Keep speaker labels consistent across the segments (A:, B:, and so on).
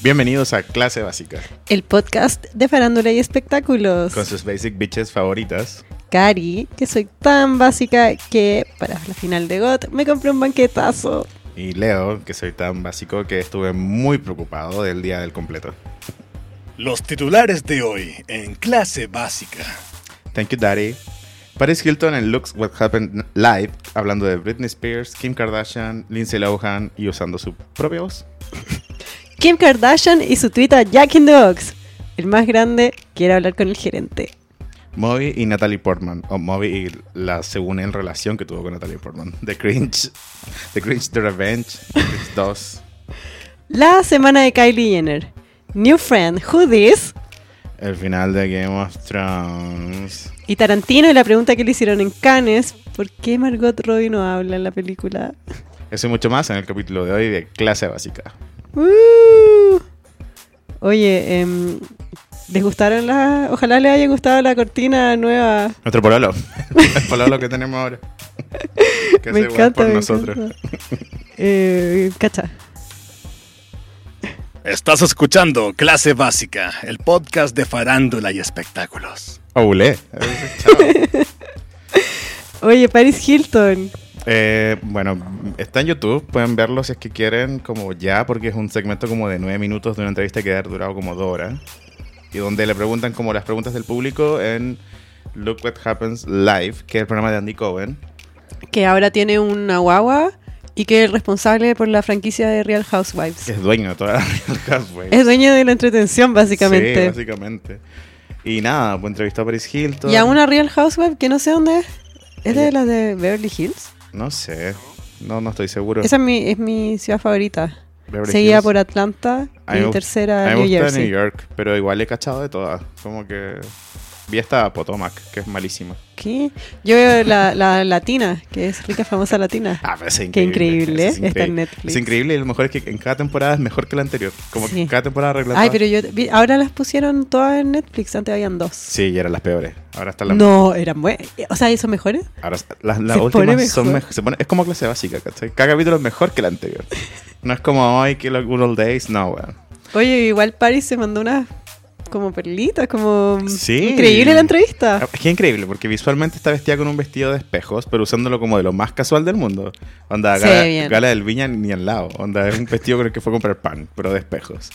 A: Bienvenidos a Clase Básica,
B: El podcast de farándula y espectáculos.
A: con sus basic bitches favoritas.
B: Cari, que soy tan básica que para la final de GOT me compré un banquetazo.
A: Y Leo, que soy tan básico que estuve muy preocupado del día del completo.
C: Los titulares de hoy en clase básica.
A: Thank you, Daddy. Paris Hilton en Looks What Happened Live, hablando de Britney Spears, Kim Kardashian, Lindsay Lohan y usando su propia voz.
B: Kim Kardashian y su tuita Jack in the Box. El más grande quiere hablar con el gerente.
A: Moby y Natalie Portman, o Moby y la según en relación que tuvo con Natalie Portman. The Cringe, The Cringe, The Revenge, The Cringe 2,
B: La semana de Kylie Jenner. New Friend, Who This?
A: el final de Game of Thrones.
B: Y Tarantino y la pregunta que le hicieron en Cannes. ¿Por qué Margot Robbie no habla en la película?
A: Eso y mucho más en el capítulo de hoy de Clase Básica.
B: Uh. Oye, em, ¿les gustaron las...? Ojalá les haya gustado la cortina nueva.
A: Nuestro pololo. El pololo que tenemos ahora. Que
B: Me
A: hace igual
B: encanta,
A: por
B: me
A: nosotros.
B: encanta. Eh, cacha.
C: Estás escuchando Clase Básica, el podcast de farándula y espectáculos.
A: Oulé. Chao.
B: Oye, Paris Hilton.
A: Eh, bueno, está en YouTube, pueden verlo si es que quieren, como ya, porque es un segmento como de nueve minutos de una entrevista que ha durado como dos horas. Y donde le preguntan como las preguntas del público en Look What Happens Live, que es el programa de Andy Cohen.
B: Que ahora tiene una guagua y que es responsable por la franquicia de Real Housewives.
A: que es dueño de toda la Real Housewives.
B: Es dueño de la entretención,
A: Sí,
B: básicamente.
A: básicamente. Y nada, pues entrevistó a Paris Hilton.
B: y a una Real Housewife que no sé dónde es. ¿Es de las de Beverly Hills?
A: No sé. No, no estoy seguro.
B: Esa es mi, es mi ciudad favorita.
A: Beverly
B: Seguida
A: Hills.
B: por Atlanta
A: A mí
B: y
A: me-
B: tercera
A: A mí
B: New
A: me gusta
B: Jersey.
A: New York, pero igual he cachado de todas. Como que vi esta Potomac, que es malísima.
B: ¿Qué? Yo veo la, la latina, que es rica, famosa latina.
A: Ah, pero es
B: Qué
A: increíble.
B: increíble,
A: es
B: ¿eh? está en
A: increíble.
B: Netflix.
A: Es increíble y lo mejor es que en cada temporada es mejor que la anterior. Como
B: Sí.
A: que cada temporada arregla
B: Ay,
A: todas.
B: pero yo vi- ahora las pusieron todas en Netflix, antes habían dos.
A: Sí, y eran las peores. Ahora están las
B: No, eran buenas. O sea, ¿y ¿son mejores?
A: Ahora las, las
B: Se
A: últimas
B: pone
A: son
B: mejor.
A: mej- se pone- es como clase básica, ¿cachai? Cada capítulo es mejor que el anterior. No es como hoy que los Good Old Days, no, weón.
B: Oye, igual Paris se mandó unas como perlitas, como
A: Sí.
B: increíble la entrevista.
A: Es que es increíble, porque visualmente está vestida con un vestido de espejos, pero usándolo como de lo más casual del mundo. Onda,
B: Se
A: gala,
B: ve bien.
A: gala del viña ni al lado. Onda, es un vestido con el que fue a comprar pan, pero de espejos.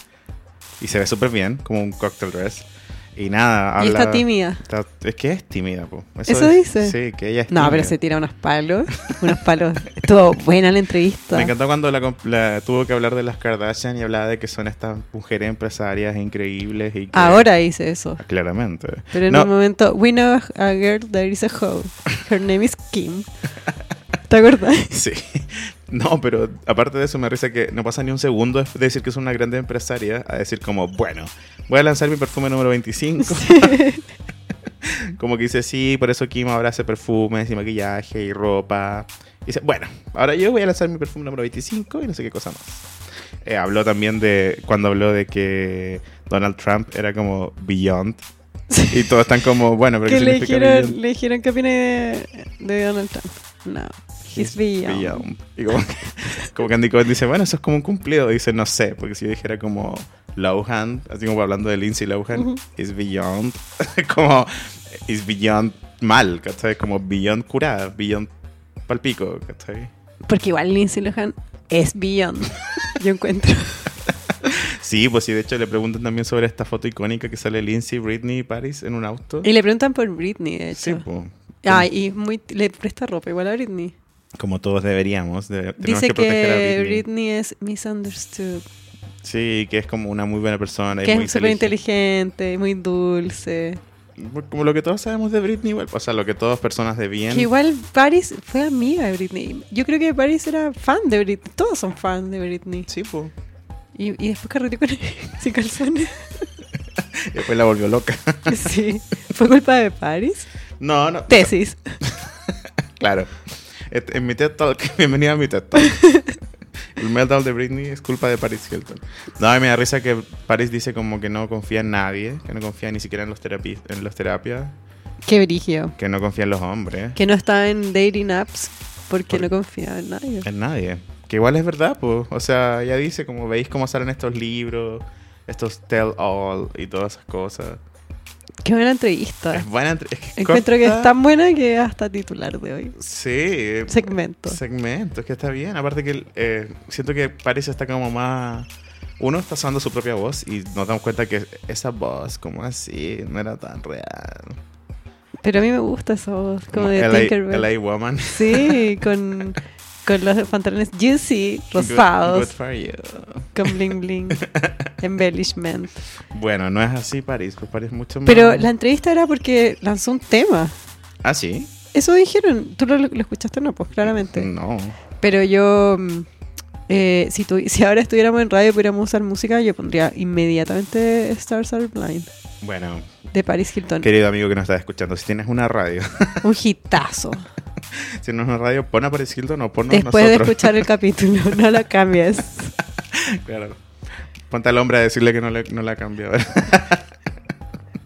A: Y se ve súper bien, como un cocktail dress. Y nada,
B: Y
A: habla...
B: está tímida.
A: está- es que es tímida, po.
B: ¿Eso
A: es-
B: dice?
A: Sí, que ella es
B: No,
A: tímida.
B: pero se tira unos palos, unos palos. Estuvo buena la entrevista.
A: Me encantó cuando la, comp- la- tuvo que hablar de las Kardashian y hablaba de que son estas mujeres empresarias increíbles y que-
B: Ahora hice eso.
A: Claramente.
B: Pero en
A: No,
B: un momento, we know a girl that is a hoe. Her name is Kim. ¿Te acuerdas?
A: Sí. No, pero aparte de eso me risa que no pasa ni un segundo de decir que es una grande empresaria a decir como, bueno, voy a lanzar mi perfume número 25. como que dice, sí, por eso Kim ahora hace perfumes y maquillaje y ropa. Y dice, bueno, ahora yo voy a lanzar mi perfume número 25 y no sé qué cosa más. Eh, habló también de, cuando habló de que Donald Trump era como beyond. Y todos están como, bueno, pero ¿qué
B: que le
A: significa
B: dijeron,
A: beyond?
B: le dijeron qué opina de, de Donald Trump. No, he's beyond.
A: Beyond. Y como, como que Andy Cohen dice, bueno, eso es como un cumplido. Y dice, no sé, porque si yo dijera como Lohan, así como hablando de Lindsay Lohan,
B: Ujú.
A: is beyond, como, is beyond mal, ¿cachai? Como beyond curada, beyond palpico, ¿cachai?
B: Porque igual Lindsay Lohan es beyond. Yo encuentro.
A: Sí, pues sí, de hecho le preguntan también sobre esta foto icónica que sale Lindsay, Britney y Paris en un auto.
B: Y le preguntan por Britney, de hecho.
A: Sí, pues.
B: Ah, y es muy, le presta ropa igual a Britney.
A: Como todos deberíamos, de- tenemos
B: Dice
A: que proteger a
B: que
A: Britney.
B: Britney es misunderstood.
A: Sí, que es como una muy buena persona. y
B: Que
A: muy
B: es súper
A: inteligente.
B: inteligente, muy dulce.
A: Pues, Como lo que todos sabemos de Britney, igual. pues, O sea, lo que todas personas de bien.
B: Que igual Paris fue amiga de Britney. Yo creo que Paris era fan de Britney. Todos son fans de Britney.
A: Sí, pues.
B: Y, y después carreteó con sin calzones.
A: Después la volvió loca.
B: Sí. ¿Fue culpa de Paris?
A: No, no.
B: Tesis.
A: Claro. Et- En mi TED Talk. Bienvenido a mi TED Talk. El meltdown de Britney es culpa de Paris Hilton. No, y me da risa que Paris dice como que no confía en nadie, que no confía ni siquiera en los, terapi- en los terapias,
B: Qué brigio.
A: que no confía en los hombres,
B: Que no estaba en dating apps porque
A: Por-
B: no confiaba en nadie.
A: en nadie. Que igual es verdad, pues. O sea, ella dice, como veis cómo salen estos libros, estos tell all y todas esas cosas.
B: Qué buena entrevista.
A: Es buena entre- es que es
B: Ah. Encuentro que
A: corta.
B: es tan buena que es hasta titular de hoy.
A: Sí.
B: Segmento.
A: Segmento, es que está bien. Aparte que eh, siento que parece está como más... Uno está usando su propia voz y nos damos cuenta que esa voz, como así, no era tan real.
B: Pero a mí me gusta esa voz, como de Tinkerbell.
A: LA, LA Woman.
B: Sí, con, con los pantalones juicy,
A: Good-
B: rosados,
A: good for you.
B: con bling bling, embellishment.
A: Bueno, no es así París, pues París es mucho más...
B: Pero la entrevista era porque lanzó un tema.
A: Ah, sí.
B: Eso dijeron, tú lo, lo escuchaste no, pues claramente.
A: No.
B: Pero yo, mm, eh, si, tu- si ahora estuviéramos en radio y pudiéramos usar música, yo pondría inmediatamente Stars Are Blind
A: Bueno,
B: de Paris Hilton.
A: querido amigo que nos estás escuchando, si tienes una radio,
B: Un hitazo.
A: si tienes una radio, pon a Paris Hilton o ponnos
B: Después de
A: nosotros.
B: escuchar el capítulo, no la cambies.
A: Claro. Ponte al hombre a decirle que no, le- no la cambió.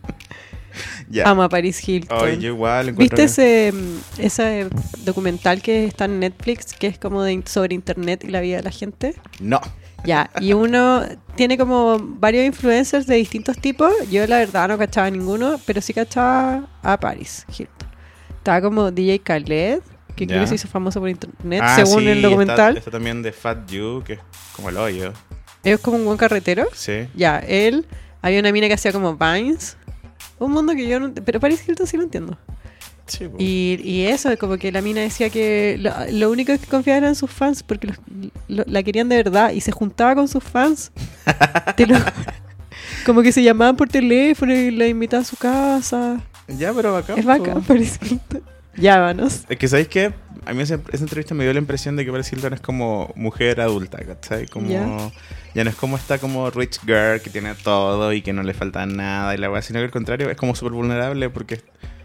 A: ya.
B: Amo a Paris Hilton.
A: Oye, yo igual encuentro
B: ¿Viste
A: que-
B: ese, mm, ese documental que está en Netflix, que es como de, in- sobre internet y la vida de la gente?
A: No.
B: Ya, y uno tiene como varios influencers de distintos tipos. Yo la verdad no cachaba ninguno, pero sí cachaba a Paris Hilton. Estaba como DJ Khaled, que creo
A: Ya.
B: que se hizo famoso por internet,
A: Ah,
B: según
A: sí,
B: el
A: está-
B: documental.
A: Está, también de Fat You, que es como el hoyo.
B: Es como un buen carretero.
A: Sí.
B: Ya, él, había una mina que hacía como Vines. Un mundo que yo no... Pero Paris Hilton sí lo entiendo.
A: Sí, po.
B: Y, y eso, como que la mina decía que lo, lo único que confiaba eran sus fans, porque los- lo- la querían de verdad y se juntaba con sus fans. Te lo- como que se llamaban por teléfono y la invitaban a su casa.
A: Ya, pero bacán.
B: Es
A: po.
B: bacán, Paris Hilton. Llámanos.
A: Es que, ¿sabéis qué? A mí esa, esa entrevista me dio la impresión de que Paris Hilton es como mujer adulta, ¿cachai? Como...
B: Ya.
A: Ya no es como esta como rich girl que tiene todo y que no le falta nada y la weá, sino que al contrario es como súper vulnerable porque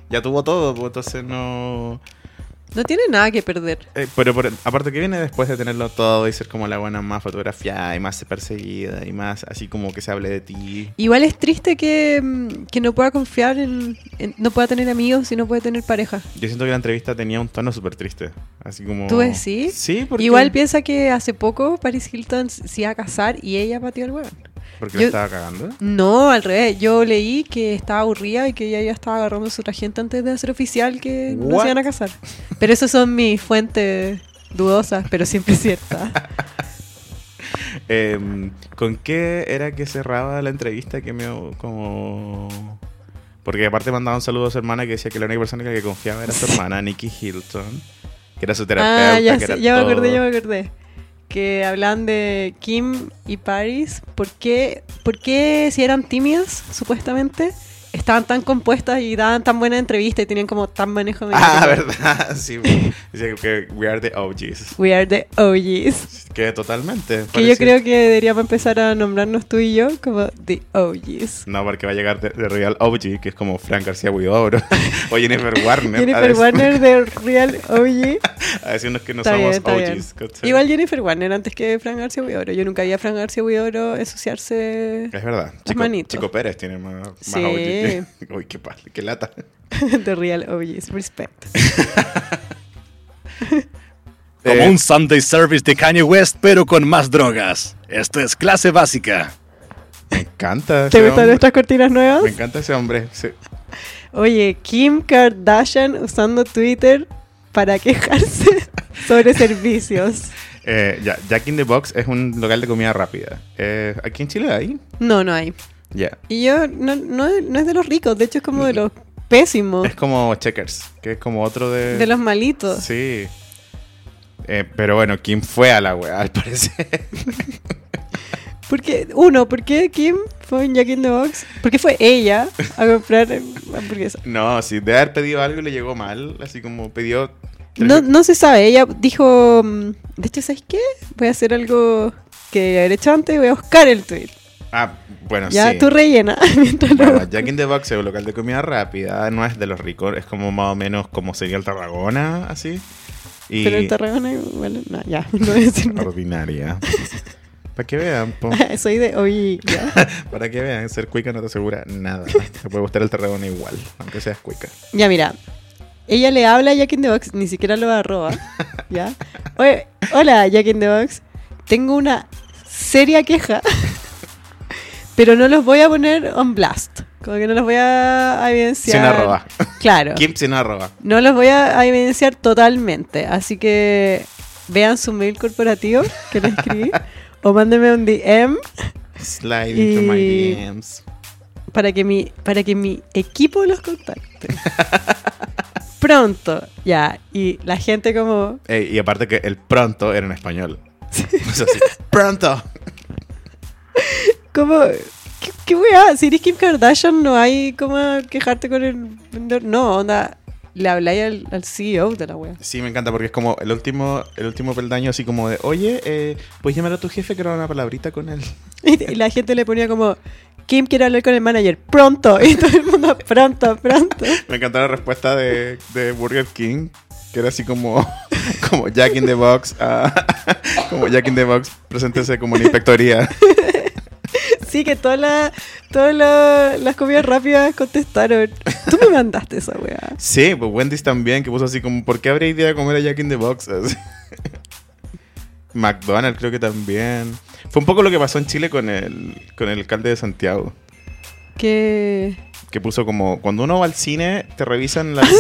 A: ya tuvo todo, pues entonces no...
B: No tiene nada que perder.
A: Eh, pero por- aparte que viene después de tenerlo todo y ser como la buena más fotografiada y más perseguida y más así como que se hable de ti.
B: Igual es triste que, mm, que no pueda confiar en, en- No pueda tener amigos y no pueda tener pareja.
A: Yo siento que la entrevista tenía un tono súper triste. Así como...
B: ¿Tú decís?
A: Sí, porque...
B: Igual piensa que hace poco Paris Hilton se iba a casar y ella pateó al huevo.
A: Porque
B: yo-
A: lo estaba cagando.
B: No, al revés. Yo leí que estaba aburrida y que ella ya estaba agarrando su gente antes de hacer oficial que no
A: What?
B: se iban a casar. Pero esas son mis fuentes dudosas, pero siempre ciertas.
A: Eh, ¿Con qué era que cerraba la entrevista que me... como... Porque aparte mandaba un saludo a su hermana que decía que la única persona en la que confiaba era su hermana, Nikki Hilton. Que era su terapeuta,
B: ah, ya,
A: que
B: sé,
A: era
B: ya me
A: todo.
B: acordé, ya me acordé. Que hablan de Kim y Paris. ¿Por qué, por qué si eran tímidas, supuestamente, estaban tan compuestas y daban tan buena entrevista y tenían como tan manejo de
A: Ah, verdad, sí. Decía que we are the OGs.
B: We are the OGs.
A: Que totalmente.
B: Que yo creo que deberíamos empezar a nombrarnos tú y yo como The OGs.
A: No, porque va a llegar de, de Real OG, que es como Frank García Huidobro o Jennifer Warner. a
B: Jennifer
A: decir-
B: Warner de Real OG.
A: A decirnos que no
B: Está bien,
A: somos
B: está bien.
A: OGs. ¿cachai?
B: Igual Jennifer Warner antes que Fran García Huidobro. Yo nunca vi a Fran García Huidobro ensuciarse
A: Es verdad. Chico,
B: manitos.
A: Chico Pérez tiene más, más
B: Sí.
A: OG. que- Uy, qué, pal- qué lata.
B: de Real OGs. Respect.
A: Eh,
C: Como un Sunday Service de Kanye West, pero con más drogas. Esto es clase básica.
A: Me encanta.
B: ¿Te
A: ese
B: gustan
A: hombre.
B: nuestras cortinas nuevas?
A: um, Me encanta ese hombre. sí.
B: Oye, Kim Kardashian usando Twitter para quejarse sobre servicios.
A: Eh, ya, Jack in the Box es un local de comida rápida. Eh, ¿Aquí en Chile hay?
B: No, no hay.
A: Ya.
B: Y yo, no, no, no es de los ricos, de hecho es como de los pésimos,
A: Es como Checkers, que es como otro de.
B: de los malitos.
A: Sí. Eh, pero bueno, Kim fue a la weá, al parecer.
B: Porque, uno, ¿por qué Kim fue en Jack in the Box? ¿Por qué fue ella a comprar hamburguesa?
A: No, sí, de haber pedido algo y le llegó mal. Así como pidió. tres-
B: No, no se sabe, ella dijo, mm, de hecho, ¿sabes qué? Voy a hacer algo que haber hecho antes, voy a buscar el tweet.
A: Ah, bueno,
B: Ya,
A: sí.
B: tú rellena mientras lo
A: Bueno,
B: busco.
A: Jack in the Box es un local de comida rápida, no es de los ricos, es como más o menos como sería el Tarragona, así. Y
B: Pero el Tarragona, bueno, no, ya, no voy a decir nada.
A: ordinaria. Para que vean, po.
B: Soy de hoy, ya.
A: para que vean, ser cuica no te asegura nada. Te puede gustar el Tarragona igual, aunque seas cuica.
B: Ya, mira. Ella le habla a Jack in the Box, ni siquiera lo arroba, ¿ya? Oye, hola, Jack in the Box. Tengo una seria queja, pero no los voy a poner on blast. Como que no los voy a evidenciar.
A: Sin arroba.
B: Claro.
A: Kim sin arroba.
B: No los voy a evidenciar totalmente, así que vean su mail corporativo que le escribí o mándenme un DM
A: Slide into my
B: Y-
A: DMs.
B: para que mi, para que mi equipo los contacte. Pronto, ya. Y la gente como,
A: Ey, y aparte que el pronto era en español. O sea, sí, pronto.
B: como, ¿qué, qué weá? Si eres Kim Kardashian no hay como quejarte con el vendedor. No, onda, le habláis al, al CEO de la weá.
A: Sí, me encanta porque es como el último, el último peldaño así como de, oye, eh, ¿puedes llamar a tu jefe que era una palabrita con él?
B: Y la gente le ponía como, Kim quiere hablar con el manager, pronto. Y todo el mundo, pronto, pronto.
A: Me encantó la respuesta de, de Burger King, que era así como, como Jack in the Box, ah, como Jack in the Box, preséntese como una inspectoría.
B: Sí, que todas las todas la- las comidas rápidas contestaron. Tú me mandaste esa weá.
A: Sí, pues Wendy's también, que puso así como, ¿por qué habría idea de comer a Jack in the Box? Así. McDonald's creo que también. Fue un poco lo que pasó en Chile con el, con el alcalde de Santiago,
B: Que.
A: que puso como, cuando uno va al cine, te revisan las-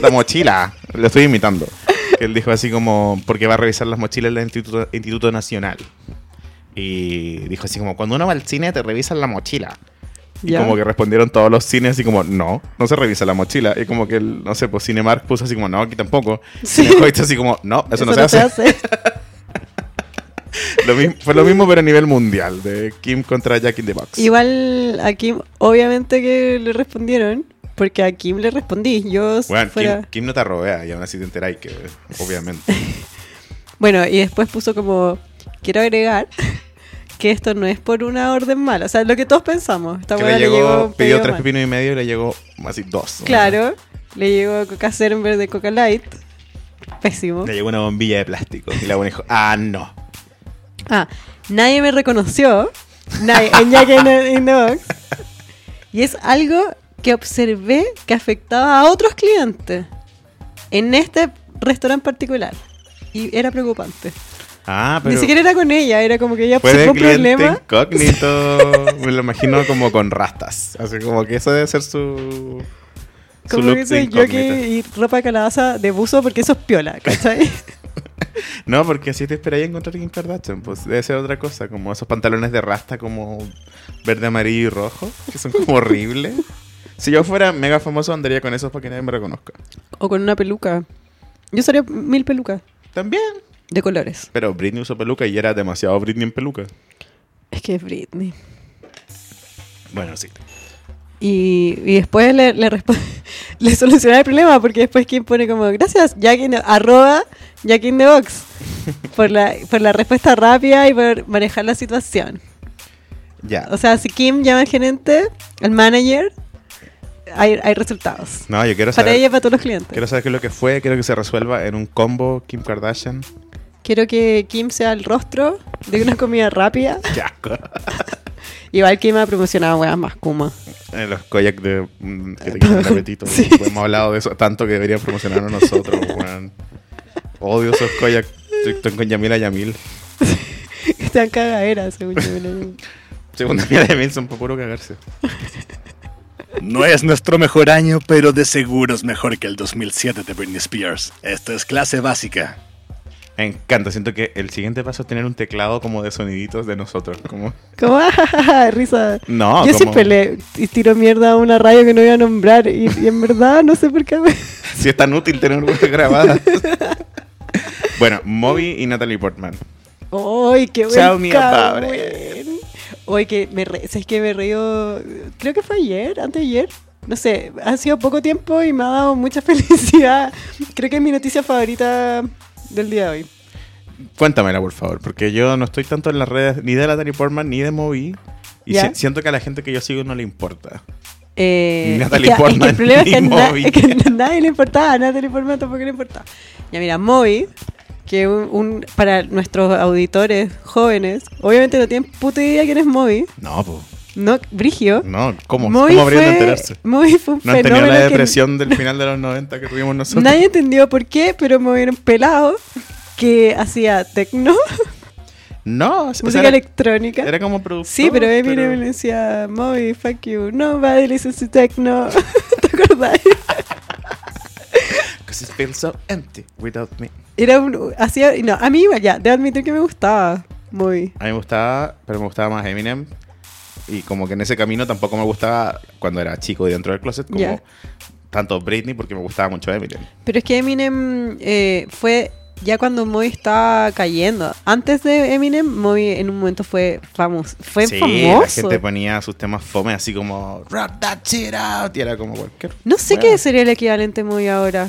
A: la mochila. Lo estoy imitando. Que él dijo así como, porque va a revisar las mochilas del Instituto, Instituto Nacional. Y dijo así como, cuando uno va al cine, te revisan la mochila. Y
B: ya.
A: como que respondieron todos los cines así como, no, no se revisa la mochila. Y como que, el, no sé, pues Cinemark puso así como, no, aquí tampoco.
B: Sí.
A: Cinehoist así como, no, eso, no, se hace. Lo mi- fue lo mismo pero a nivel mundial, de Kim contra Jack in the Box.
B: Igual a Kim, obviamente que le respondieron. Porque a Kim le respondí. Yo si
A: Bueno,
B: fuera.
A: Kim, Kim no te arrobea y aún así te enteráis que, obviamente.
B: Bueno, y después puso como. Quiero agregar que esto no es por una orden mala. O sea, lo que todos pensamos. Esta
A: Que
B: weá
A: le llegó, pidió
B: pedido
A: tres
B: mal.
A: pepinos y medio y le llegó así dos.
B: Claro. Le llegó Coca Cero en vez de Coca Light. Pésimo.
A: Le llegó una bombilla de plástico. Y la buena dijo, ah, no.
B: Ah, nadie me reconoció. Nadie, en Jack in the- in the Box. Y es algo que observé que afectaba a otros clientes. En este restaurante particular. Y era preocupante.
A: Ah, pero
B: Ni siquiera era con ella, era como que ella
A: fue de
B: observó un
A: cliente
B: problema.
A: incógnito. Me lo imagino como con rastas. Así como que eso debe ser su... su
B: Como
A: look
B: que
A: de
B: soy yo
A: incógnito.
B: que y ropa de calabaza de buzo porque eso es piola, ¿cachai?
A: No, porque si te esperáis encontrar Kim Kardashian, pues debe ser otra cosa, como esos pantalones de rasta como verde, amarillo y rojo, que son como horribles. Si yo fuera mega famoso andaría con esos para que nadie me reconozca.
B: o con una peluca. Yo usaría mil pelucas
A: También.
B: de colores.
A: Pero Britney usó peluca y era demasiado Britney en peluca.
B: Es que es Britney.
A: Bueno, sí.
B: Y, y después le, le, respo- le soluciona el problema, porque después Kim pone como, gracias, Jack in the- arroba Jack in the Box, por la, por la respuesta rápida y por manejar la situación.
A: Ya.
B: O sea, si Kim llama al gerente, al manager, hay, hay resultados.
A: No, yo quiero
B: para
A: saber,
B: ella y para todos los clientes.
A: quiero
B: Quiero,
A: saber qué es lo que fue, quiero que se resuelva en un combo Kim Kardashian.
B: que Kim sea el rostro de una comida rápida.
A: Qué asco.
B: Igual Kim ha promocionado weas más Kuma.
A: En los koyak de, mm, que te quitan el apetito.
B: Sí.
A: pues, Hemos hablado de eso tanto que deberían promocionarnos nosotros, weón. Odio esos koyak. Estoy- Estoy con Yamila Yamil.
B: Están cagaderas, según yo.
A: Segunda Yamila Yamil son para puro cagarse.
C: No es nuestro mejor año, pero de seguro es mejor que el 2007 de Britney Spears. Esto es clase básica.
A: Me encanta. Siento que el siguiente paso es tener un teclado como de soniditos de nosotros. Como...
B: Como, "Ah, risa.
A: No,
B: Yo
A: como...
B: siempre le y tiro mierda a una radio que no iba a nombrar y, y en verdad no sé por qué. me-
A: Si es tan útil tener una grabada. bueno, Moby y Natalie Portman.
B: ¡Ay, qué buen
A: Tell me about
B: cabrón! Ay, que me re... ¿sabes que me reío? Creo que fue ayer, antes de ayer. No sé, ha sido poco tiempo y me ha dado mucha felicidad. Creo que es mi noticia favorita del día de hoy.
A: Cuéntamela, por favor, porque yo no estoy tanto en las redes ni de Natalie Portman ni de Moby. Y
B: ¿Ya?
A: si- siento que a la gente que yo sigo no le importa.
B: Eh, es,
A: Natalie
B: que, es que
A: Portman
B: el problema es
A: y
B: que, a na-
A: Moby.
B: es que a nadie le importaba, a Natalie Portman tampoco le importaba. Ya mira, Moby, que un, un- para nuestros auditores jóvenes, obviamente no tienen puta idea quién es Moby,
A: No, po.
B: no, Brigio.
A: No, ¿cómo?
B: Moby
A: ¿Cómo habrían de
B: fue-
A: enterarse?
B: Moby fue un
A: No han
B: fenómeno
A: tenido la
B: que
A: depresión del final de los 90 que tuvimos nosotros.
B: nadie entendió por qué, pero Moby era un pelado que hacía techno,
A: No, o sea,
B: música
A: era,
B: electrónica.
A: era como productor.
B: Sí, pero Eminem
A: pero-
B: le decía, Moby, fuck you, nobody listens to techno. ¿Te acordás?
A: 'Cause it feels so empty without me.
B: Era un. Hacía. No, a mí igual ya, de admitir que me gustaba Moby.
A: A mí me gustaba, pero me gustaba más Eminem. Y como que en ese camino tampoco me gustaba cuando era chico y dentro del closet, como
B: Ya.
A: tanto Britney, porque me gustaba mucho Eminem.
B: Pero es que Eminem eh, fue ya cuando Moby estaba cayendo. Antes de Eminem, Moby en un momento fue famoso. Fue
A: sí, la
B: famoso.
A: gente ponía sus temas fome así como Rap that shit out y era como cualquier.
B: No sé
A: Bueno.
B: qué sería el equivalente a Moby ahora.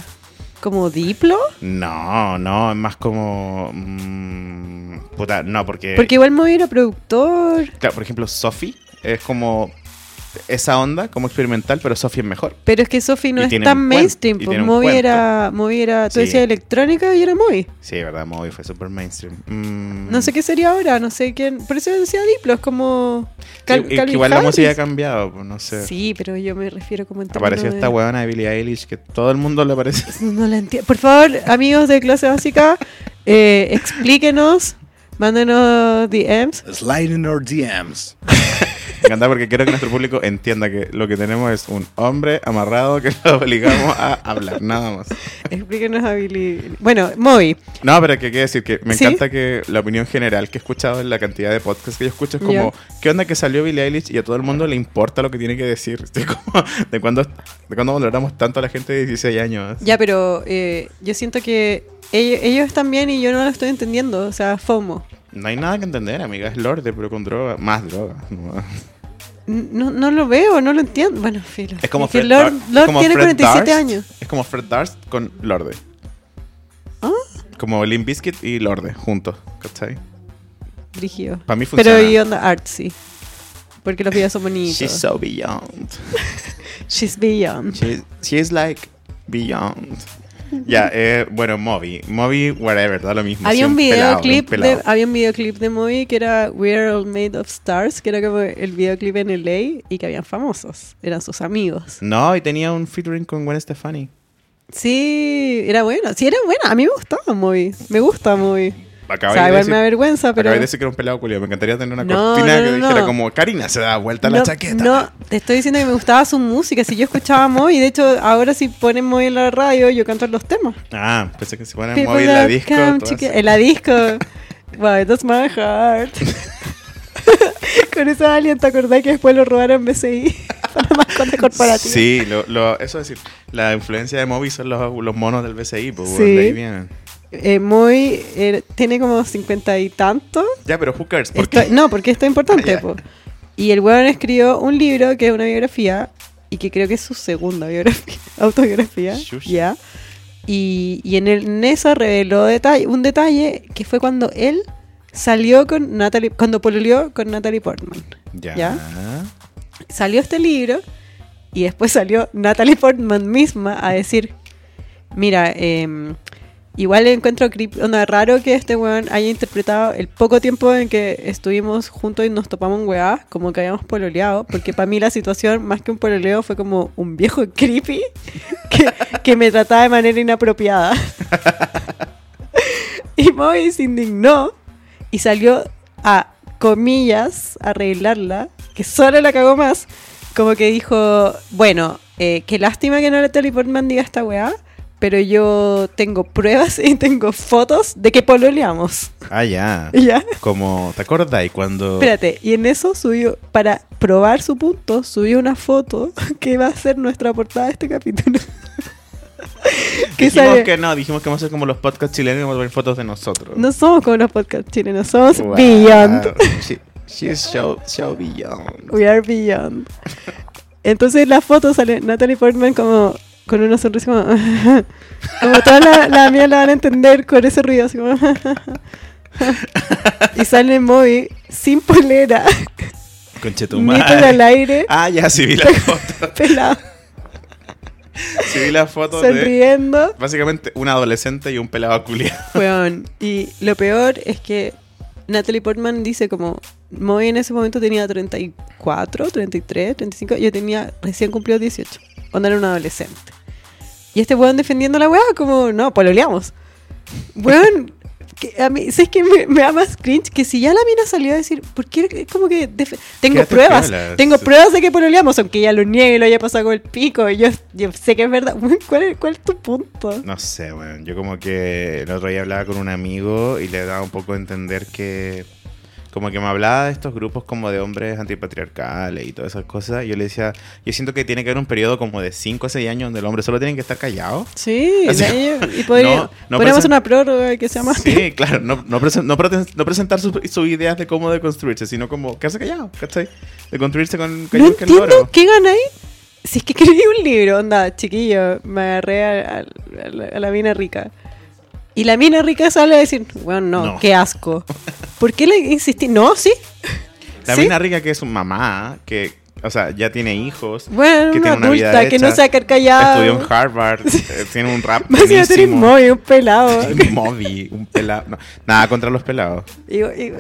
B: ¿Como Diplo?
A: No, no, es más como. mm, puta, no, porque.
B: Porque igual Moby era productor.
A: claro, por ejemplo, Sophie es como esa onda, como experimental, pero Sophie es mejor.
B: Pero es que Sophie no
A: Y
B: es
A: tiene
B: tan
A: un cuento,
B: mainstream.
A: y
B: Pues
A: tiene un
B: Moby
A: cuento.
B: era, Moby era. Tú
A: Sí.
B: decías electrónica y era Moby.
A: Sí, verdad, Moby fue super mainstream. Mm.
B: No sé qué sería ahora, no sé quién. Por eso decía Diplo, es como. Cal-
A: Sí, y que
B: Calvin
A: igual la música ha
B: Harris.
A: cambiado, pues, no sé.
B: Sí, eh. pero yo me refiero como en términos
A: Apareció
B: de-
A: esta huevona de Billie Eilish que todo el mundo le parece.
B: No la entiendo. Por favor, amigos de clase básica, eh, explíquenos, mándenos DMs.
C: Slide in our DMs.
A: Me encanta porque quiero que nuestro público entienda que lo que tenemos es un hombre amarrado que lo obligamos a hablar, nada más.
B: Explíquenos a Billy. Bueno, Moby.
A: No, pero que quiero decir que me
B: Sí.
A: encanta que la opinión general que he escuchado en la cantidad de podcasts que yo escucho es como,
B: Ya.
A: ¿qué onda que salió Billie Eilish? Y a todo el mundo le importa lo que tiene que decir. Estoy como, ¿de cuándo, de cuándo valoramos tanto a la gente de 16 años?
B: Ya, pero eh, yo siento que ellos, ellos están bien y yo no lo estoy entendiendo. O sea, FOMO.
A: No hay nada que entender, amiga, es Lorde, pero con droga, más droga. ¿no?
B: N- No, no lo veo, no lo entiendo. Bueno, filo.
A: Es como
B: que
A: Fred
B: Lord,
A: Dar- es
B: Lord
A: como
B: tiene
A: Fred
B: 47
A: Durst-
B: años.
A: Es como Fred Darst con Lorde.
B: Ah.
A: Como Limp Bizkit y Lorde juntos, ¿cachai?
B: Brígido.
A: Para mí funciona.
B: Pero y onda artsy. Porque los videos son bonitos.
A: She's so beyond.
B: She's beyond.
A: She's, she's like beyond. Ya, eh, bueno, Moby. Moby, whatever, da lo mismo. sí,
B: Había un
A: pelado,
B: videoclip
A: un
B: de,
A: pelado.
B: había un videoclip de Moby que era We're All Made of Stars, que era como el videoclip en LA y que habían famosos, eran sus amigos.
A: No, y tenía un featuring con Gwen Stefani.
B: Sí, era bueno, sí era bueno, a mí me gustaba Moby, me gusta Moby. O
A: Acabáis
B: sea,
A: de
B: igual
A: decir,
B: me avergüenza, pero
A: acabáis de decir que era un pelado culiado. Me encantaría tener una
B: No,
A: cortina
B: no,
A: que
B: no, no.
A: dijera como Karina se da vuelta la
B: no,
A: chaqueta.
B: no, te estoy diciendo que me gustaba su música, si yo escuchaba Moby, de hecho ahora si ponen Moby en la radio yo canto los temas.
A: Ah, pensé que se ponen
B: People
A: Moby en la
B: have
A: disco.
B: come
A: todas-
B: to get- en la disco. Wow, that's my heart. Con esa alien, ¿te acordás que después lo robaron BCI? Para la mascota corporativa.
A: Sí, lo, lo- eso es decir, la influencia de Moby son los, los monos del BCI, pues
B: Sí.
A: bueno, de ahí vienen.
B: Eh, muy. eh, tiene como cincuenta y tanto.
A: Ya, pero who cares? ¿Por
B: Esto-
A: qué?
B: no, porque esto es importante.
A: Ah, ya.
B: po. Y el weón escribió un libro que es una biografía y que creo que es su segunda biografía, autobiografía.
A: Shush.
B: Ya. Y, y en, el, en esa reveló detalle, un detalle que fue cuando él salió con Natalie, cuando pololeó con Natalie Portman.
A: Ya.
B: Salió este libro y después salió Natalie Portman misma a decir, mira, em, igual encuentro creep- onda, raro que este weón haya interpretado el poco tiempo en que estuvimos juntos y nos topamos en weá, como que habíamos pololeado, porque para mí la situación, más que un pololeo, fue como un viejo creepy que, que me trataba de manera inapropiada. y Moby se indignó y salió a comillas arreglarla, que solo la cagó más, como que dijo, bueno, eh, qué lástima que no la Teleportman diga esta weá, pero yo tengo pruebas y tengo fotos de que pololeamos.
A: Ah, ya.
B: Y ¿Ya?
A: Como, ¿te acuerdas? Y cuando...
B: Espérate, y en eso subió, para probar su punto, subió una foto que va a ser nuestra portada de este capítulo. que
A: dijimos
B: sale,
A: que no, dijimos que vamos a hacer como los podcasts chilenos y vamos a ver fotos de nosotros.
B: no somos como los podcasts chilenos, somos
A: Wow.
B: beyond.
A: She- she's so, so beyond.
B: We are beyond. Entonces en la foto sale Natalie Portman como con una sonrisa como... como toda la, la mía la van a entender con ese ruido así como... y sale Moby sin polera, nietos al
A: Conchetumare.
B: aire,
A: Ah, ya, sí vi la foto.
B: pelado,
A: Sí vi la foto de...
B: sonriendo.
A: Básicamente un adolescente y un pelado culiado.
B: Weón, Y lo peor es que Natalie Portman dice como, Moby en ese momento tenía 34, 33, 35, yo tenía recién cumplido 18, cuando era un adolescente. Y este pues weón defendiendo la weá como, no, pololeamos. Weón, que a mí, ¿sabes que me, me da más cringe? Que si ya la mina salió a decir, ¿por qué? Es Como que def- tengo
A: Quédate
B: pruebas,
A: piola,
B: tengo
A: sí.
B: pruebas de que pololeamos, aunque ya lo niegue y lo haya pasado con el pico. y Yo, yo sé que es verdad. Weón, ¿Cuál es, cuál es tu punto?
A: No sé, weón. Yo como que el otro día hablaba con un amigo y le daba un poco a entender que... Como que me hablaba de estos grupos como de hombres antipatriarcales y todas esas cosas. y Yo le decía, yo siento que tiene que haber un periodo como de 5 a 6 años donde el hombre solo tiene que estar callado.
B: Sí,
A: Así-
B: de- y podría,
A: No, no
B: ponemos
A: parece-
B: una prórroga que sea más.
A: Sí, claro, no, no, presen- no preten- no presentar sus sus ideas de cómo deconstruirse, sino como quedarse callado, ¿cachai? De construirse con
B: No
A: callado que el
B: entiendo
A: loro.
B: qué ganáis. Si es que escribí un libro, onda, chiquillo, me agarré a, a- a la, a la mina rica. Y la mina rica sale a decir, bueno, no,
A: No.
B: qué asco. ¿Por qué le insistí? No, sí.
A: La
B: ¿Sí?
A: mina rica que es su mamá, que, o sea, ya tiene hijos,
B: Bueno,
A: que
B: una
A: tiene una vida
B: adulta que no
A: hecha,
B: sabe quedar callada.
A: estudió en Harvard, eh, tiene un rap
B: Más si va a tener un
A: buenísimo.
B: móvil, un pelado.
A: Sí, Moby, un pelado. no, nada contra los pelados.
B: Y, y-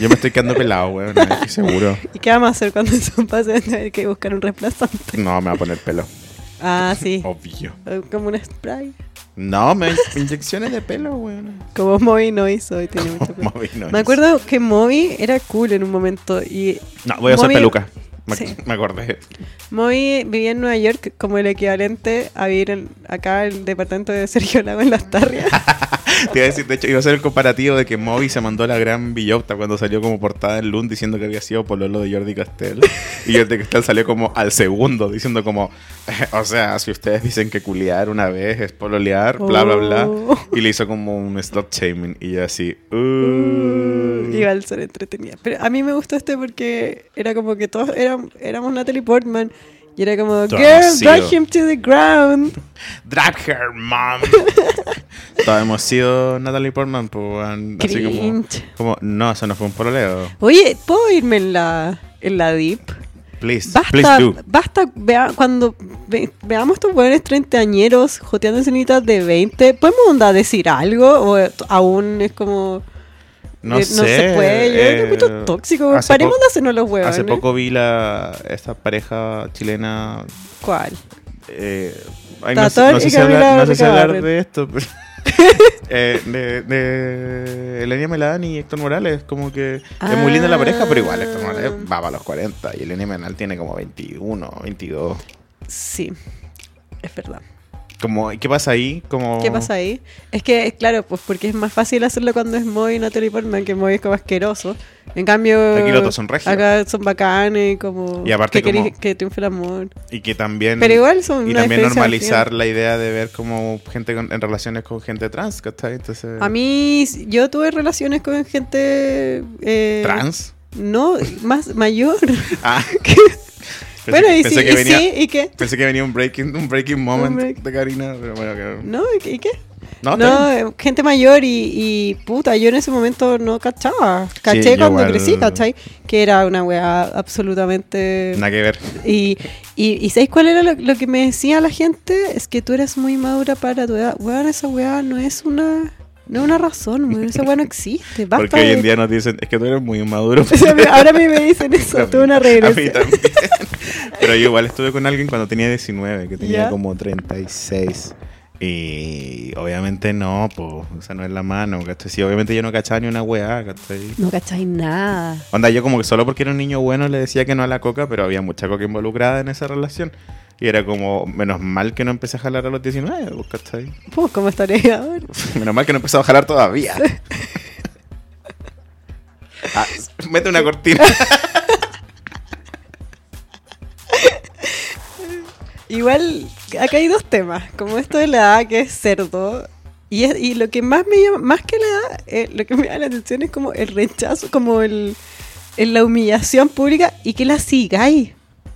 A: Yo me estoy quedando pelado, weón, no, estoy seguro.
B: ¿y qué vamos a hacer cuando eso pase? Hay que buscar un reemplazante.
A: No, me va a poner pelo,
B: Ah, sí.
A: obvio.
B: Como un spray.
A: No, me inyecciones de pelo, weón.
B: Como Moby no hizo y tiene mucho pelo.
A: Moby no
B: Me
A: es.
B: acuerdo que Moby era cool en un momento y
A: No, voy a usar
B: Moby-
A: peluca. Me,
B: Sí.
A: me acordé.
B: Moby vivía en Nueva York como el equivalente a vivir en- acá en el departamento de Sergio Lago en Las Tarrias.
A: Te iba a decir, de hecho, iba a ser el comparativo de que Moby se mandó la gran billota cuando salió como portada en Loon diciendo que había sido pololo de Jordi Castell. Y Jordi Castell salió como al segundo diciendo como, "Eh, o sea, si ustedes dicen que culiar una vez es pololear, bla, bla, bla.
B: Oh.
A: Y le hizo como un stop shaming y yo así, "Uy".
B: Iba al ser entretenida. Pero a mí me gustó este porque era como que todos eran, éramos Natalie Portman y era como,
A: Todo
B: Girl,
A: sido.
B: drag him to the ground.
A: Drag her, mom. Todos hemos sido Natalie Portman, pues, weón, así como,
B: Cringe.
A: como, no, eso no fue un pololeo.
B: Oye, ¿puedo irme en la, en la deep?
A: Please,
B: Basta,
A: please do.
B: basta, vea- cuando ve- veamos estos buenos treintañeros joteando escenitas de 20, ¿podemos onda decir algo? ¿O aún es como...
A: No,
B: eh,
A: sé.
B: se puede, yo creo que es
A: eh,
B: mucho tóxico, weón.
A: hace
B: paremos
A: po-
B: de hacernos los huevos.
A: Hace poco vi la esta pareja chilena.
B: ¿Cuál?
A: eh, ay, no, sé,
B: Tatar
A: no sé
B: y
A: si hablar,
B: Gabriela
A: no sé si
B: Barriga
A: hablar
B: Barret.
A: de esto. pero- eh, de, de Elena Melani y Héctor Morales. Como que es muy linda la pareja, pero igual Héctor Morales
B: Ah.
A: va para los 40 y Elena Melani tiene como 21, 22.
B: Sí, es verdad.
A: Como, ¿Qué pasa ahí? Como,
B: ¿Qué pasa ahí? Es que, claro, pues porque es más fácil hacerlo cuando es Moy y Natalie Portman, que Moy es como asqueroso. En cambio,
A: Aquí los dos son regios.
B: acá son bacanes, como
A: Y aparte
B: que,
A: como-
B: queréis que triunfe el amor.
A: Y que también.
B: Pero igual son
A: y
B: una
A: también
B: diferencia
A: normalizar
B: bastante.
A: la idea de ver como gente con- en relaciones con gente trans, ¿cachai? Entonces,
B: A mí, yo tuve relaciones con gente... eh,
A: ¿Trans?
B: No, más mayor.
A: Ah, pensé,
B: bueno, y,
A: pensé
B: sí,
A: que
B: y
A: venía,
B: sí, ¿y qué?
A: pensé que venía un breaking, un breaking moment
B: Un break.
A: de Karina, pero bueno, que-
B: ¿No? ¿Y qué- ¿Y qué?
A: no, está
B: No, eh, gente mayor y, y puta, yo en ese momento no cachaba. Caché
A: Sí, yo
B: cuando
A: igual.
B: crecí, ¿cachai? Que era una weá absolutamente...
A: bien. nada que ver.
B: Y, y, y ¿sabéis cuál era lo, lo que me decía la gente? Es que tú eres muy madura para tu edad. Weón, esa weá no es una... No es una razón, weón. Esa weá no existe. Basta
A: Porque hoy en
B: de-
A: día nos dicen, es que tú eres muy inmaduro.
B: O sea, mira, ahora a mí me dicen eso, tuve una
A: A mí
B: regresión.
A: también. Pero yo igual estuve con alguien cuando tenía 19, que tenía
B: Ya.
A: como 36. Y obviamente no, pues, o sea, no es la mano, ¿cachai? Sí, obviamente yo no cachaba ni una weá, ¿cachai?
B: No cacháis nada.
A: Onda, yo como que solo porque era un niño bueno le decía que no a la coca, pero había mucha coca involucrada en esa relación. Y era como, menos mal que no empecé a jalar a los 19, pues, ¿cachai?
B: Pues, ¿cómo estaré ahora?
A: Menos mal que no he empezado a jalar todavía. Ah, mete una cortina.
B: Igual, acá hay dos temas. Como esto de la edad, que es cerdo. Y, es- y lo que más me llama, más que la edad, eh, lo que me llama la atención es como el rechazo, como el, el- la humillación pública y que la sigáis.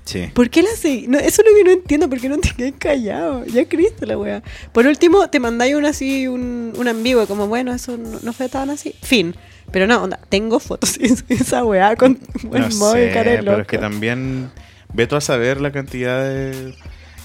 A: Sí.
B: ¿Por qué la sigáis? No, eso es lo que no entiendo, ¿por qué no te quedáis callado? Ya Cristo la wea. Por último, te mandáis un así, un, un ambiguo, como bueno, eso no, no fue tan así. Fin. Pero no, onda, tengo fotos de esa weá con buen
A: No
B: móvil,
A: sé,
B: cara de
A: pero es que
B: loco.
A: también veto a saber la cantidad de...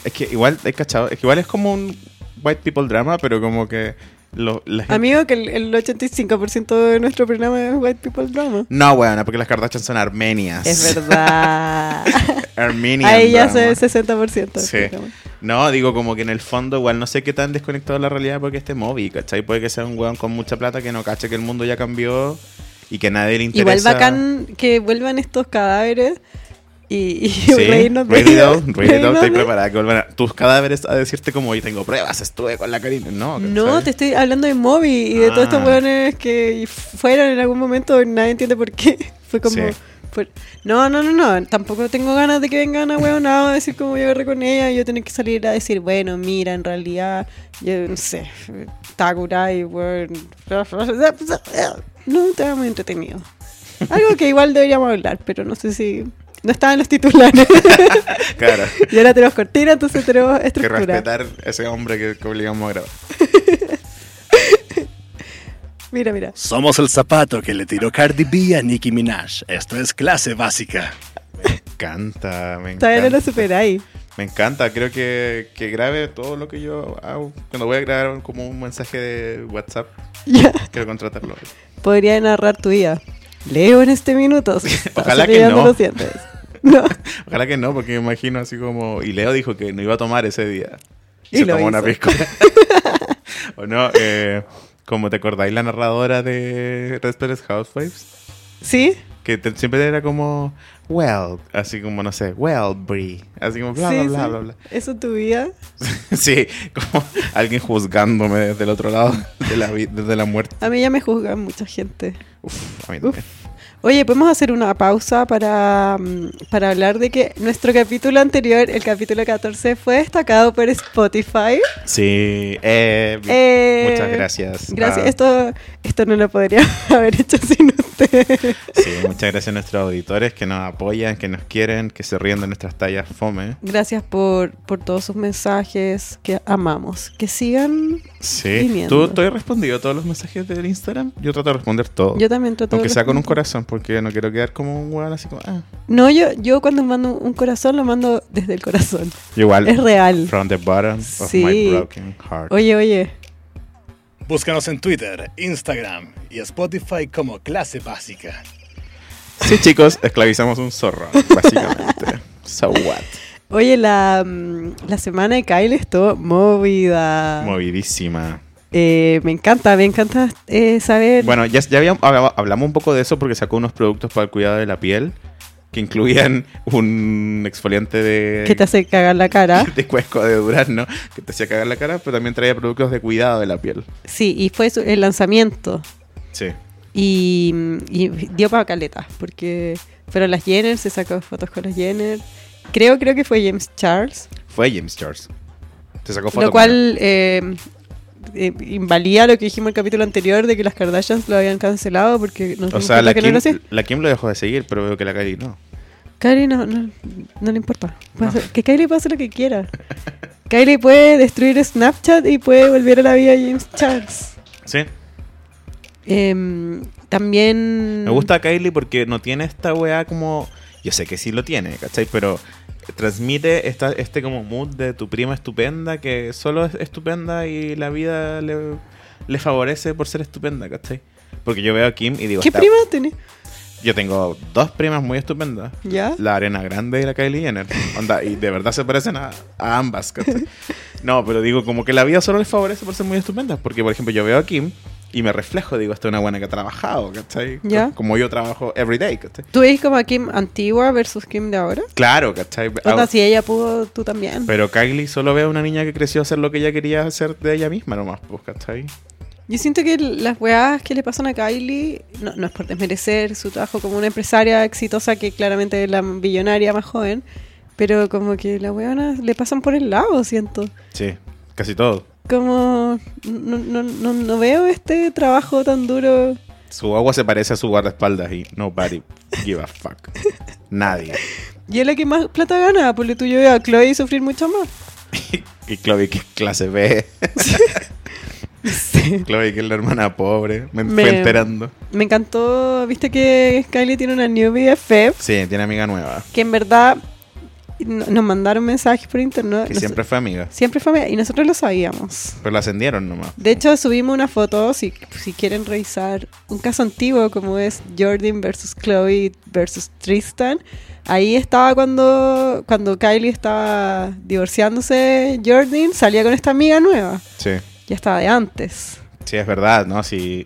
A: Es que igual, he cachado, es que igual es como un white people drama, pero como que... Lo, la gente-
B: Amigo, que el, el 85% de nuestro programa es White People Drama.
A: No, bueno, porque las Kardashian son armenias.
B: Es verdad.
A: Armenian
B: Ahí ya
A: drama.
B: se 60%.
A: Sí.
B: digamos.
A: No, digo como que en el fondo igual no sé qué tan desconectado de la realidad porque este móvil, ¿cachai? Puede que sea un weón con mucha plata que no cache que el mundo ya cambió y que nadie le interesa.
B: Igual bacán que vuelvan estos cadáveres y, y
A: Sí,
B: reírnos de
A: ready
B: ellos,
A: down, ready down,
B: reírnos
A: estoy
B: de-
A: preparada que vuelvan a- tus cadáveres a decirte como hoy tengo pruebas, estuve con la Karina. No,
B: No,
A: ¿cachai?
B: te estoy hablando de Moby y de todos estos
A: Ah.
B: hueones que fueron en algún momento y nadie entiende por qué. Fue como.
A: Sí.
B: fue- No, no, no, no. Tampoco tengo ganas de que vengan a hueonados a decir cómo yo agarré con ella y yo tener que salir a decir, bueno, mira, en realidad, yo no sé, estaba curada y weón. No, estaba muy entretenido. Algo que igual deberíamos hablar, pero no sé si. No estaban los titulares.
A: Claro,
B: y ahora tenemos cortina, entonces tenemos
A: que
B: estructura.
A: respetar a ese hombre que, que obligamos a grabar.
B: Mira, mira.
C: Somos el zapato que le tiró Cardi B a Nicki Minaj. Esto es clase básica.
A: Me encanta, me
B: Todavía no lo
A: encanta.
B: superáis.
A: Me encanta, creo que, que grabe todo lo que yo hago. Cuando voy a grabar como un mensaje de WhatsApp,
B: Ya.
A: quiero contratarlo.
B: podría narrar tu día. Leo en este minuto. Estás
A: Ojalá que
B: cepillando
A: no.
B: los dientes. No.
A: Ojalá que no, porque me imagino así como. Y Leo dijo que no iba a tomar ese día. Y,
B: Y
A: se
B: lo
A: tomó una
B: hizo.
A: piscola. o no, eh, como te acordáis, la narradora de Restless Housewives,
B: ¿Sí?
A: que te- siempre era como. Well, así como no sé, well, Brie. Así como bla,
B: sí,
A: bla, bla,
B: sí.
A: bla, bla.
B: ¿Eso tu vida?
A: Sí, como alguien juzgándome desde el otro lado de la, vi- desde la muerte.
B: A mí ya me juzgan mucha gente.
A: Uf, a mí
B: Uf.
A: también.
B: Oye, ¿podemos hacer una pausa para, mm, para hablar de que nuestro capítulo anterior, el capítulo 14, fue destacado por Spotify?
A: Sí, eh,
B: Eh,
A: muchas gracias. Ah.
B: Gracias.
A: a-
B: Esto, esto no lo podría haber hecho sin ustedes.
A: Sí, muchas gracias a nuestros auditores que nos apoyan, que nos quieren, que se ríen de nuestras tallas fome.
B: Gracias por, por todos sus mensajes que amamos. Que sigan.
A: Sí.
B: Viniendo.
A: ¿Tú, tú has respondido a todos los mensajes del Instagram? Yo trato de responder todo.
B: Yo también trato de
A: Oh, Aunque sea con un
B: responder.
A: corazón, porque no quiero quedar como un hueón así como... Ah.
B: No, yo, yo cuando mando un corazón lo mando desde el corazón.
A: Igual.
B: Es real.
A: From the bottom of my
B: Sí.
A: broken heart.
B: Oye, oye.
C: Búscanos en Twitter, Instagram y Spotify como clase básica.
A: Sí, chicos, esclavizamos un zorro, básicamente. so what?
B: Oye, la, mm, la semana de Kyle estuvo movida.
A: Movidísima.
B: Eh, me encanta, me encanta eh, saber.
A: Bueno, ya, ya habíamos, hablaba- hablamos un poco de eso porque sacó unos productos para el cuidado de la piel que incluían un exfoliante de...
B: que te hace cagar la cara.
A: de cuesco de durazno que te hacía cagar la cara, pero también traía productos de cuidado de la piel.
B: Sí, y fue su- el lanzamiento.
A: Sí.
B: Y, mm, y dio para caleta, porque fueron las Jenner, se sacó fotos con las Jenner. Creo, creo que fue James Charles.
A: Fue James Charles. Te sacó foto.
B: Lo cual eh, eh, invalida lo que dijimos en el capítulo anterior de que las Kardashians lo habían cancelado porque nos
A: con él. O
B: dimos
A: sea,
B: cuenta
A: la
B: que no
A: Kim,
B: lo hacían.
A: la Kim lo dejó de seguir, pero veo que la Kylie no.
B: Kylie no, no, no le importa. Puede
A: No.
B: hacer- que Kylie puede hacer lo que quiera. Kylie puede destruir Snapchat y puede volver a la vida a James Charles.
A: Sí.
B: Em, también...
A: Me gusta Kylie porque no tiene esta weá como. Yo sé que sí lo tiene, ¿cachai? Pero transmite esta, este como mood de tu prima estupenda que solo es estupenda y la vida le, le favorece por ser estupenda, ¿cachai? Porque yo veo a Kim y digo,
B: ¿Qué
A: "Esta-
B: prima tenés?
A: yo tengo dos primas muy estupendas.
B: ¿Ya?
A: la Arena Grande y la Kylie Jenner. Onda, y de verdad se parecen a, a ambas. ¿cachai? No, pero digo, como que la vida solo les favorece por ser muy estupendas. Porque, por ejemplo, yo veo a Kim y me reflejo, digo, esta es una buena que ha trabajado, ¿cachai?
B: Ya.
A: Co- Como yo trabajo every day, ¿cachai?
B: ¿Tú ves como a Kim antigua versus Kim de ahora?
A: Claro, ¿cachai?
B: Onda,
A: Ah,
B: si ella pudo, tú también.
A: Pero Kylie solo ve a una niña que creció a hacer lo que ella quería hacer de ella misma nomás, pues, ¿cachai?
B: Yo siento que las weas que le pasan a Kylie, no, no es por desmerecer su trabajo como una empresaria exitosa que claramente es la billonaria más joven, pero como que las weonas le pasan por el lado, siento.
A: Sí, casi todo.
B: Como no, no, no, no veo este trabajo tan duro.
A: Su agua se parece a su guardaespaldas y nobody give a fuck. Nadie.
B: Y es la que más plata gana, por lo tuyo veo a Chloe sufrir mucho más.
A: Y Chloe, que es clase B.
B: Sí.
A: Chloe, que es la hermana pobre. Me,
B: Me-
A: fui enterando.
B: Me encantó, viste que Kylie tiene una new BFF,
A: Sí, tiene amiga nueva.
B: que en verdad no- nos mandaron mensajes por internet.
A: Que
B: nos-
A: siempre fue amiga.
B: siempre fue amiga, y nosotros lo sabíamos.
A: Pero la ascendieron nomás.
B: De hecho, subimos una foto, si, si quieren revisar un caso antiguo como es Jordan versus Chloe versus Tristan. Ahí estaba cuando, cuando Kylie estaba divorciándose, Jordan salía con esta amiga nueva.
A: Sí,
B: Ya estaba de antes.
A: sí, es verdad, ¿no? Sí.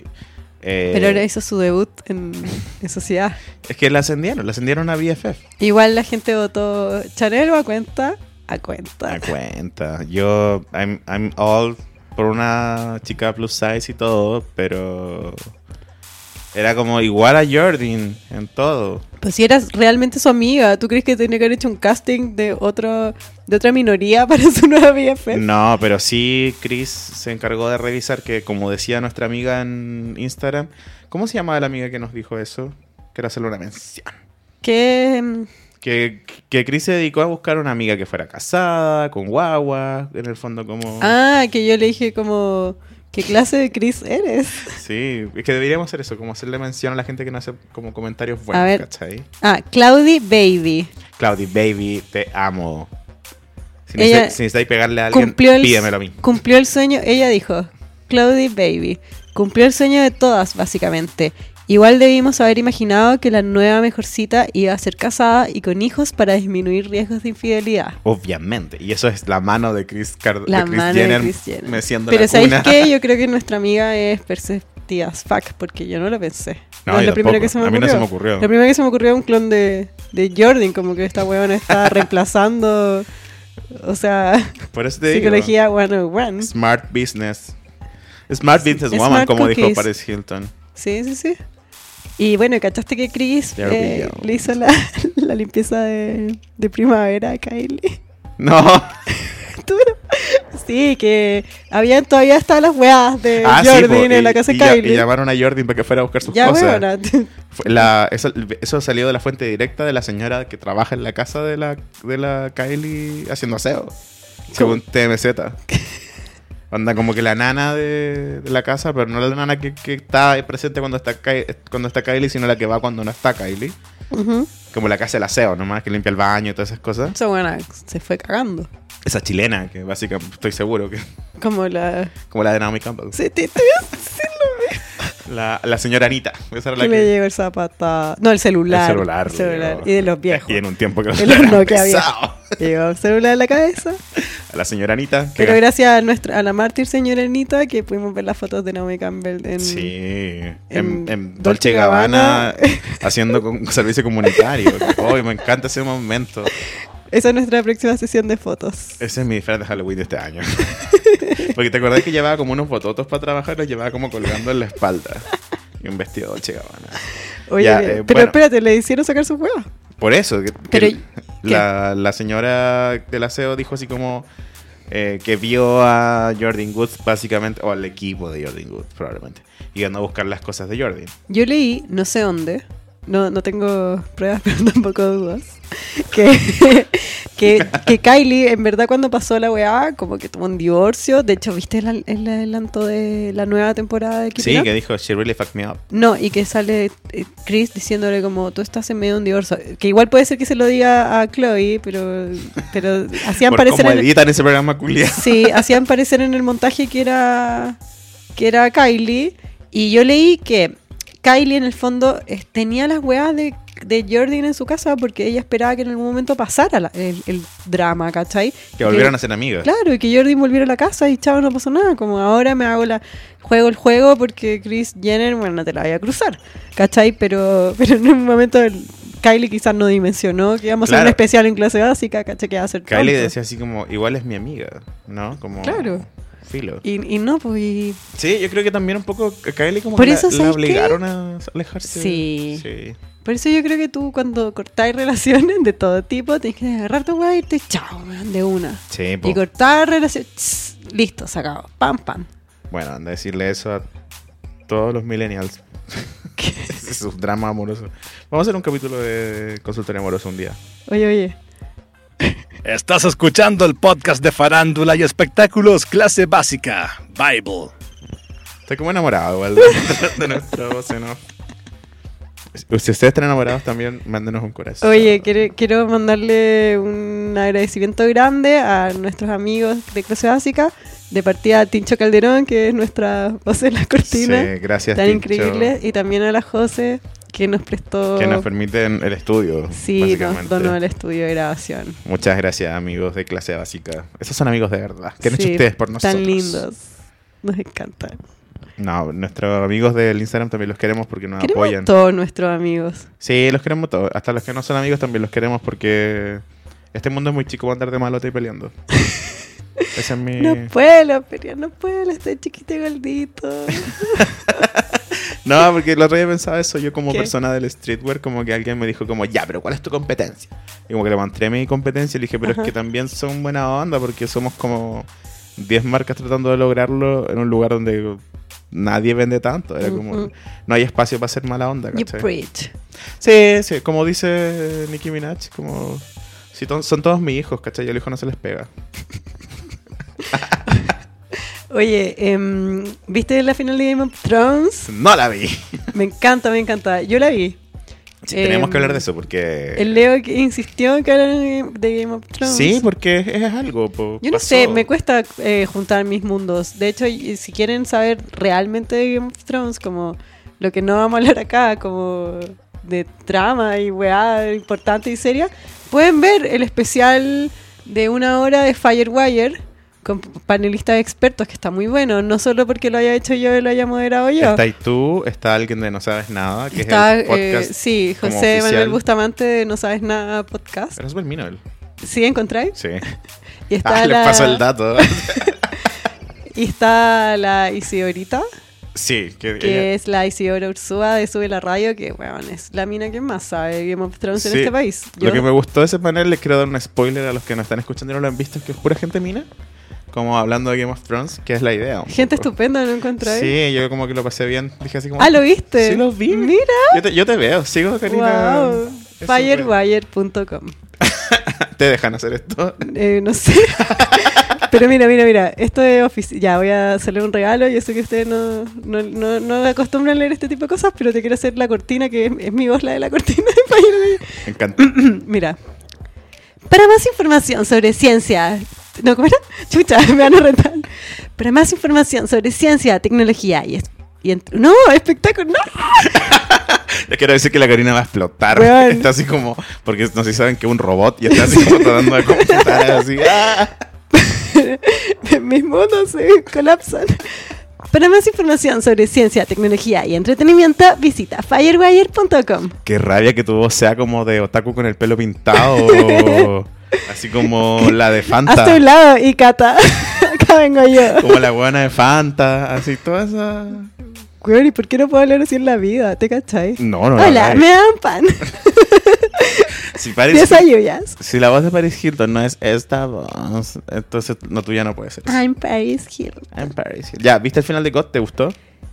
A: eh,
B: Pero ahora hizo su debut en, en sociedad.
A: Es que la ascendieron, la ascendieron a BFF.
B: Igual la gente votó Chanel o a cuenta. A cuenta.
A: Da cuenta. Yo, I'm, I'm all por una chica plus size y todo, pero era como igual a Jordan en todo.
B: Pues si eras realmente su amiga, ¿tú crees que tenía que haber hecho un casting de otro, de otra minoría para su nueva BFF?
A: No, pero sí, Chris se encargó de revisar que, como decía nuestra amiga en Instagram, ¿cómo se llamaba la amiga que nos dijo eso? Quiero hacerle una mención.
B: Que mm,
A: Que, que Chris se dedicó a buscar una amiga que fuera casada, con guagua, en el fondo como...
B: Ah, que yo le dije como, ¿qué clase de Chris eres?
A: Sí, es que deberíamos hacer eso, como hacerle mención a la gente que no hace como comentarios buenos,
B: A ver.
A: ¿cachai?
B: Ah, Claudie Baby.
A: Claudia, baby, te amo. Si
B: Ella
A: necesitáis, si necesitáis pegarle a alguien,
B: Cumplió el,
A: pídemelo a mí.
B: cumplió el sueño, ella dijo, Claudie Baby, cumplió el sueño de todas, básicamente. Igual debimos haber imaginado que la nueva mejorcita iba a ser casada y con hijos para disminuir riesgos de infidelidad.
A: Obviamente. Y eso es la mano de Chris, Card
B: La
A: de Kris
B: mano de
A: Jenner
B: Kris Jenner.
A: meciendo
B: Pero
A: la
B: ¿sabéis
A: cuna.
B: qué? Yo creo que nuestra amiga es perceptiva as fuck, porque yo no lo pensé.
A: No,
B: No es
A: yo
B: lo primero
A: tampoco.
B: que se me
A: A mí no
B: ocurrió.
A: se me ocurrió.
B: Lo primero que se me ocurrió es un clon de, de Jordan, como que esta weona está reemplazando, o sea,
A: Por eso te digo.
B: psicología 101.
A: Smart business. Smart business
B: Smart
A: woman, como dijo
B: cookies.
A: Paris Hilton.
B: Sí, sí, sí. Y bueno, ¿cachaste que Chris
A: There
B: eh,
A: we go.
B: le hizo la, la limpieza de, de primavera a Kylie?
A: No.
B: ¿Tú no? Sí, que habían todavía estaban las weas de
A: Ah, sí,
B: Jordan
A: po,
B: en
A: y-
B: la casa
A: y
B: Eh, de
A: ya-
B: Kylie.
A: Y llamaron a Jordan para que fuera a buscar sus
B: ya,
A: cosas.
B: weona.
A: Fue la- eso, eso salió de la fuente directa de la señora que trabaja en la casa de la, de la Kylie haciendo aseo. Según TMZ. Anda como que la nana de, de la casa, pero no la nana que, que está presente cuando está, Ky- cuando está Kylie, sino la que va cuando no está Kylie.
B: Ujú.
A: Como la que hace el aseo nomás, que limpia el baño y todas esas cosas.
B: Esa weona se fue cagando.
A: Esa chilena, que básicamente estoy seguro que.
B: Como la.
A: Como la de Naomi Campbell.
B: Sí, te- te-
A: La, la señora Anita. Esa era la
B: que le llegó el zapata. No, el celular.
A: El celular,
B: El celular.
A: digo.
B: Y de los viejos.
A: Y en un tiempo que
B: De los Nokia viejos. Llegó el celular en la cabeza.
A: A la señora Anita. que
B: Pero gracias a nuestra a la mártir señora Anita que pudimos ver las fotos de Naomi Campbell en
A: Sí, en,
B: en
A: en
B: Dolce
A: Dolce Gabbana
B: Gabbana.
A: haciendo con servicio comunitario. Hoy me encanta ese momento.
B: Esa es nuestra próxima sesión de fotos.
A: Ese es mi disfraz de Halloween de este año. Porque te acordás que llevaba como unos bototos para trabajar, los llevaba como colgando en la espalda. Y un vestido Dolce Gabbana.
B: Oye,
A: Ya,
B: bien.
A: eh,
B: pero
A: bueno.
B: espérate, le hicieron sacar sus huevos.
A: Por eso, que, que
B: Pero,
A: el- la, la señora del aseo dijo así como eh, que vio a Jordan Woods básicamente, o al equipo de Jordan Woods probablemente, y andó a buscar las cosas de Jordan.
B: Yo leí, no sé dónde, no, no tengo pruebas, pero tampoco dudas, que, que, que Kylie, en verdad, cuando pasó la weá, como que tuvo un divorcio. De hecho, ¿viste el, al- el adelanto de la nueva temporada de Keeping
A: Sí,
B: Up?
A: que dijo, she really fucked me up.
B: No, y que sale eh, Chris diciéndole como tú estás en medio de un divorcio. Que igual puede ser que se lo diga a Chloe, pero, pero hacían
A: Por
B: parecer
A: cómo
B: en
A: editan ese programa culiado.
B: sí, hacían parecer en el montaje que era que era Kylie. Y yo leí que Kylie en el fondo es- tenía las weas de, de Jordan en su casa porque ella esperaba que en algún momento pasara la- el, el drama, ¿cachai?
A: Que volvieran a ser amigas.
B: Claro, y que Jordan volviera a la casa y chavo, no pasó nada. Como ahora me hago la. Juego el juego porque Chris Jenner, bueno, no te la voy a cruzar. ¿Cachai? Pero, pero en un momento el- Kylie quizás no dimensionó que íbamos a hacer
A: Claro.
B: un especial en clase básica, ¿cachai? Que iba a ser
A: Kylie
B: pronto.
A: decía así como, igual es mi amiga, ¿no? Como,
B: Claro.
A: Filo.
B: Y, y no, pues. y-
A: Sí, yo creo que también un poco a Kylie como
B: Por
A: que la-
B: eso,
A: la,
B: ¿sabes qué?
A: obligaron a alejarse.
B: Sí.
A: Sí.
B: Por eso yo creo que tú cuando cortáis relaciones de todo tipo, tienes que agarrar tu weá y irte, chao, man, de una.
A: Sí, po.
B: Y cortar relaciones, tss, listo, sacado, pam, pam.
A: Bueno, anda a decirle eso a todos los millennials. Ese es un drama amoroso. Vamos a hacer un capítulo de consultorio amoroso un día.
B: Oye, oye,
C: Estás escuchando el podcast de farándula y espectáculos clase básica, Bible.
A: Estoy como enamorado igual de, de nuestra voz en off. Si ustedes están enamorados también, mándenos un corazón.
B: oye, quiero, quiero mandarle un agradecimiento grande a nuestros amigos de clase básica, de partida a Tincho Calderón, que es nuestra voz en la cortina,
A: Sí, gracias.
B: tan
A: Tincho.
B: increíble, y también a la Jose, que nos prestó.
A: Que nos permiten el estudio.
B: oh. sí, nos
A: básicamente.
B: donó el estudio de grabación.
A: Muchas gracias, amigos de clase básica. Esos son amigos de verdad. ¿Qué han hecho
B: Sí,
A: ustedes por nosotros?
B: Tan lindos. Nos encantan.
A: No, nuestros amigos del Instagram también los queremos porque nos
B: Queremos
A: apoyan.
B: todos nuestros amigos.
A: Sí, los queremos todos. Hasta los que no son amigos también los queremos porque este mundo es muy chico para andar de malote y peleando. Ese es mi.
B: No puedo, pero no puedo, estoy chiquito y gordito.
A: No, porque el otro día pensaba eso. Yo, como
B: ¿Qué?
A: persona del streetwear, como que alguien me dijo, como, ya, pero ¿cuál es tu competencia? Y como que le mostré mi competencia y le dije, pero
B: Ajá.
A: es que también son buena onda porque somos como 10 marcas tratando de lograrlo en un lugar donde nadie vende tanto. Era como,
B: Ujú.
A: no hay espacio para hacer mala onda,
B: You
A: ¿cachai?
B: preach.
A: Sí, sí, como dice Nicki Minaj, como. Si to- son todos mis hijos, ¿cachai? Y el hijo no se les pega.
B: Oye, em, ¿viste la final de Game of Thrones?
A: No la vi.
B: Me encanta, me encanta. Yo la vi.
A: Sí, tenemos
B: Em,
A: que hablar de eso porque.
B: El Leo que insistió en que hablaran de de Game of Thrones.
A: Sí, porque es, es algo. po,
B: Yo no
A: pasó.
B: sé, me cuesta eh, juntar mis mundos. De hecho, y- si quieren saber realmente de Game of Thrones, como lo que no vamos a hablar acá, como de trama y weá importante y seria, pueden ver el especial de una hora de Firewire con panelistas expertos, que está muy bueno. No solo porque lo haya hecho yo y lo haya moderado yo.
A: Está y tú, está alguien de No Sabes Nada, que
B: Está,
A: es el podcast.
B: eh, sí,
A: como
B: José Manuel
A: oficial.
B: Bustamante de No Sabes Nada Podcast.
A: Pero es buen mino él.
B: ¿Sí encontráis?
A: Sí.
B: Y está
A: Ah, le
B: la-
A: paso el dato.
B: Y está la Isidorita,
A: sí, que.
B: que
A: ella-
B: es la Isidora Ursúa de Sube la Radio, que, weón, es la mina que más sabe de Game of Thrones en
A: Sí.
B: este país. Yo-
A: Lo que me gustó de ese panel, les quiero dar un spoiler a los que nos están escuchando y no lo han visto, es que es pura gente mina. Como hablando de Game of Thrones, que es la idea. un
B: Gente
A: poco.
B: estupenda, ¿no encontráis?
A: Sí, yo como que lo pasé bien. Dije así como.
B: Ah, ¿lo viste?
A: Sí, lo vi.
B: Mira.
A: Yo te, yo te veo, sigo Karina.
B: Wow.
A: Es súper-
B: Firewire.com.
A: Te dejan hacer esto.
B: Eh, no sé. Pero mira, mira, mira, esto es oficial. Ya voy a hacerle un regalo. Yo sé que ustedes no, no, no, no acostumbran a leer este tipo de cosas, pero te quiero hacer la cortina, que es, es mi voz la de la cortina de Firewire.
A: Me encanta.
B: Mira. Para más información sobre ciencia. No, ¿cómo era? Chucha, me van a retar. Para más información sobre ciencia, tecnología y. es- y ent- no, espectáculo. No.
A: Le quiero decir que la Karina va a explotar.
B: Weón.
A: Está así como. Porque no sé si saben que es un robot y está así como tratando de computar. Así. ¡ah!
B: Mis mundos se colapsan. Para más información sobre ciencia, tecnología y entretenimiento, visita firewire.com.
A: Qué rabia que tu voz sea como de otaku con el pelo pintado. así como la de
B: Hasta
A: Fanta.
B: un lado y Cata. Acá vengo yo.
A: Como la buena de Fanta. Así toda esa.
B: Güey, ¿y por qué no puedo hablar así en la vida? ¿Te cachai?
A: No, no,
B: Hola,
A: la
B: me dan pan.
A: Si Paris-
B: Pieza lluvias.
A: Si la voz de Paris Hilton no es esta voz, entonces no, tuya no puede ser.
B: I'm Paris Hill.
A: I'm Paris Hilton. Ya, ¿viste el final de God? ¿Te gustó?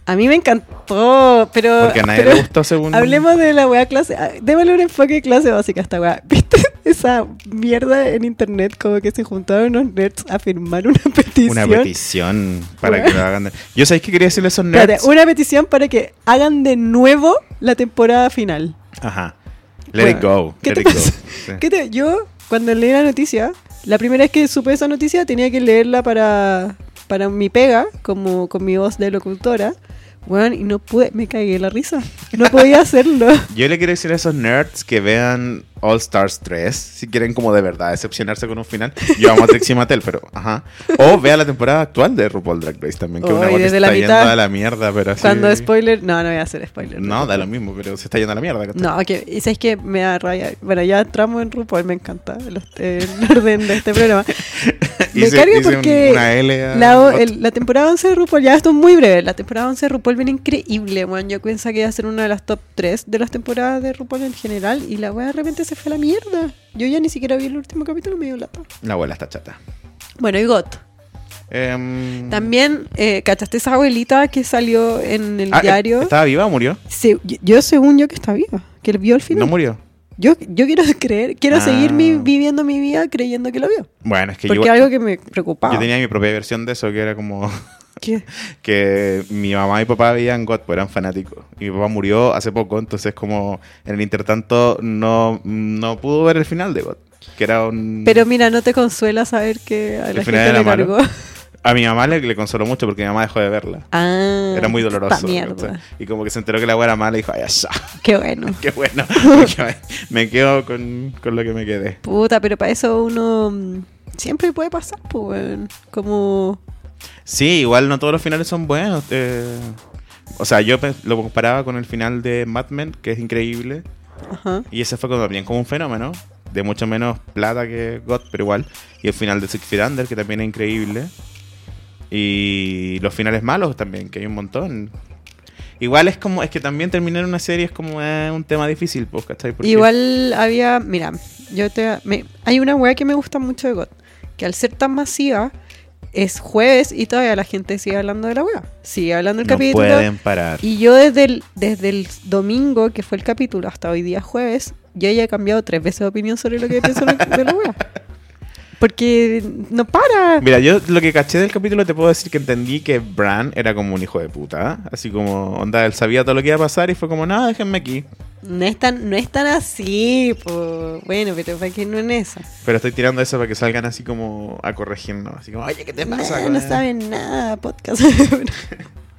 B: A mí me encantó, pero.
A: Porque a nadie
B: pero
A: le gustó según.
B: Hablemos de la weá clase. ah, Démosle un enfoque de clase básica a esta weá. ¿Viste esa mierda en internet? Como que se juntaron unos nerds a firmar una petición.
A: Una petición para
B: Bueno.
A: que lo hagan. de- Yo sabéis que quería decirle a esos
B: Espérate,
A: nerds.
B: una petición para que hagan de nuevo la temporada final.
A: Ajá. Let it
B: Bueno,
A: go.
B: ¿qué
A: Let
B: te
A: it go.
B: pasa?
A: Sí.
B: ¿Qué te- yo, cuando leí la noticia, la primera vez que supe esa noticia tenía que leerla para, para mi pega, como con mi voz de locutora. Bueno, y no pude, me cagué la risa. No podía hacerlo.
A: Yo le quiero decir a esos nerds que vean All Stars 3, si quieren como de verdad decepcionarse con un final. Yo amo a Trixie Mattel, pero ajá. O vea la temporada actual de RuPaul Drag Race también, que es una
B: Oh, y
A: weá que
B: desde
A: se
B: la
A: está
B: mitad,
A: yendo a la mierda, pero así.
B: Cuando spoiler, no, no voy a hacer spoiler.
A: No, da lo mismo, pero se está yendo a la mierda. ¿cachai?
B: No, que y sabes que me da rabia. Bueno, ya entramos en RuPaul, me encanta el, el orden de este programa. Me
A: Hice-
B: carga
A: hice un-
B: porque
A: una L a-
B: La, o- el- la temporada 11 de RuPaul, ya esto es muy breve. La temporada 11 de RuPaul viene increíble, weón. Yo pensaba que iba a ser una de las top 3 de las temporadas de RuPaul en general. Y la wea de repente se fue a la mierda. Yo ya ni siquiera vi el último capítulo, me dio lata.
A: La abuela está chata.
B: Bueno, y Got.
A: Em,
B: También, eh, ¿cachaste esa abuelita que salió en el
A: ah,
B: diario?
A: ¿Estaba viva o murió?
B: Se- yo, yo según yo que está viva, que vio el final.
A: No murió.
B: Yo, yo quiero creer, quiero
A: Ah.
B: seguir mi- viviendo mi vida creyendo que lo vio.
A: Bueno, es que yo,
B: Porque algo que me preocupaba.
A: yo tenía mi propia versión de eso, que era como
B: ¿Qué?
A: que mi mamá y papá veían God, pues eran fanáticos. Y mi papá murió hace poco, entonces como en el intertanto no, no pudo ver el final de God, que era un...
B: Pero mira, no te consuela saber que a
A: El
B: la
A: final era
B: gente le
A: malo.
B: cargó.
A: A mi mamá le, le consoló mucho porque mi mamá dejó de verla.
B: Ah,
A: Era muy doloroso.
B: pa' mierda.
A: ¿cachai? Y como que se enteró que la weá era mala y dijo, ay, ya,
B: Qué bueno.
A: qué bueno. me quedo con, con lo que me quedé.
B: Puta, pero para eso uno mm, siempre puede pasar, pues, weón. Como.
A: Sí, igual no todos los finales son buenos. eh, o sea, yo pe- lo comparaba con el final de Mad Men, que es increíble.
B: Ajá.
A: Y ese fue como también como un fenómeno. De mucho menos plata que God, pero igual. Y el final de Six Feet Under, que también es increíble. Y los finales malos también, que hay un montón. Igual es como, es que también terminar una serie es como eh, un tema difícil, pues, ¿cachai? Porque-
B: Igual había. Mira, yo te. me- hay una weá que me gusta mucho de God. Que al ser tan masiva, es jueves y todavía la gente sigue hablando de la weá. Sigue hablando del
A: no
B: capítulo.
A: pueden parar.
B: Y yo desde el, desde el domingo, que fue el capítulo, hasta hoy día jueves, yo ya he cambiado tres veces de opinión sobre lo que pienso de la wea. Porque no para.
A: Mira, yo lo que caché del capítulo te puedo decir que entendí que Bran era como un hijo de puta. ¿eh? Así como, onda, él sabía todo lo que iba a pasar y fue como, nada, déjenme aquí.
B: No es tan, no es tan así, po. bueno, pero para qué no en esa.
A: Pero estoy tirando eso para que salgan así como a corregirnos. Así como, oye, ¿qué te pasa?
B: Nah,
A: weón?"
B: no saben nada, podcast.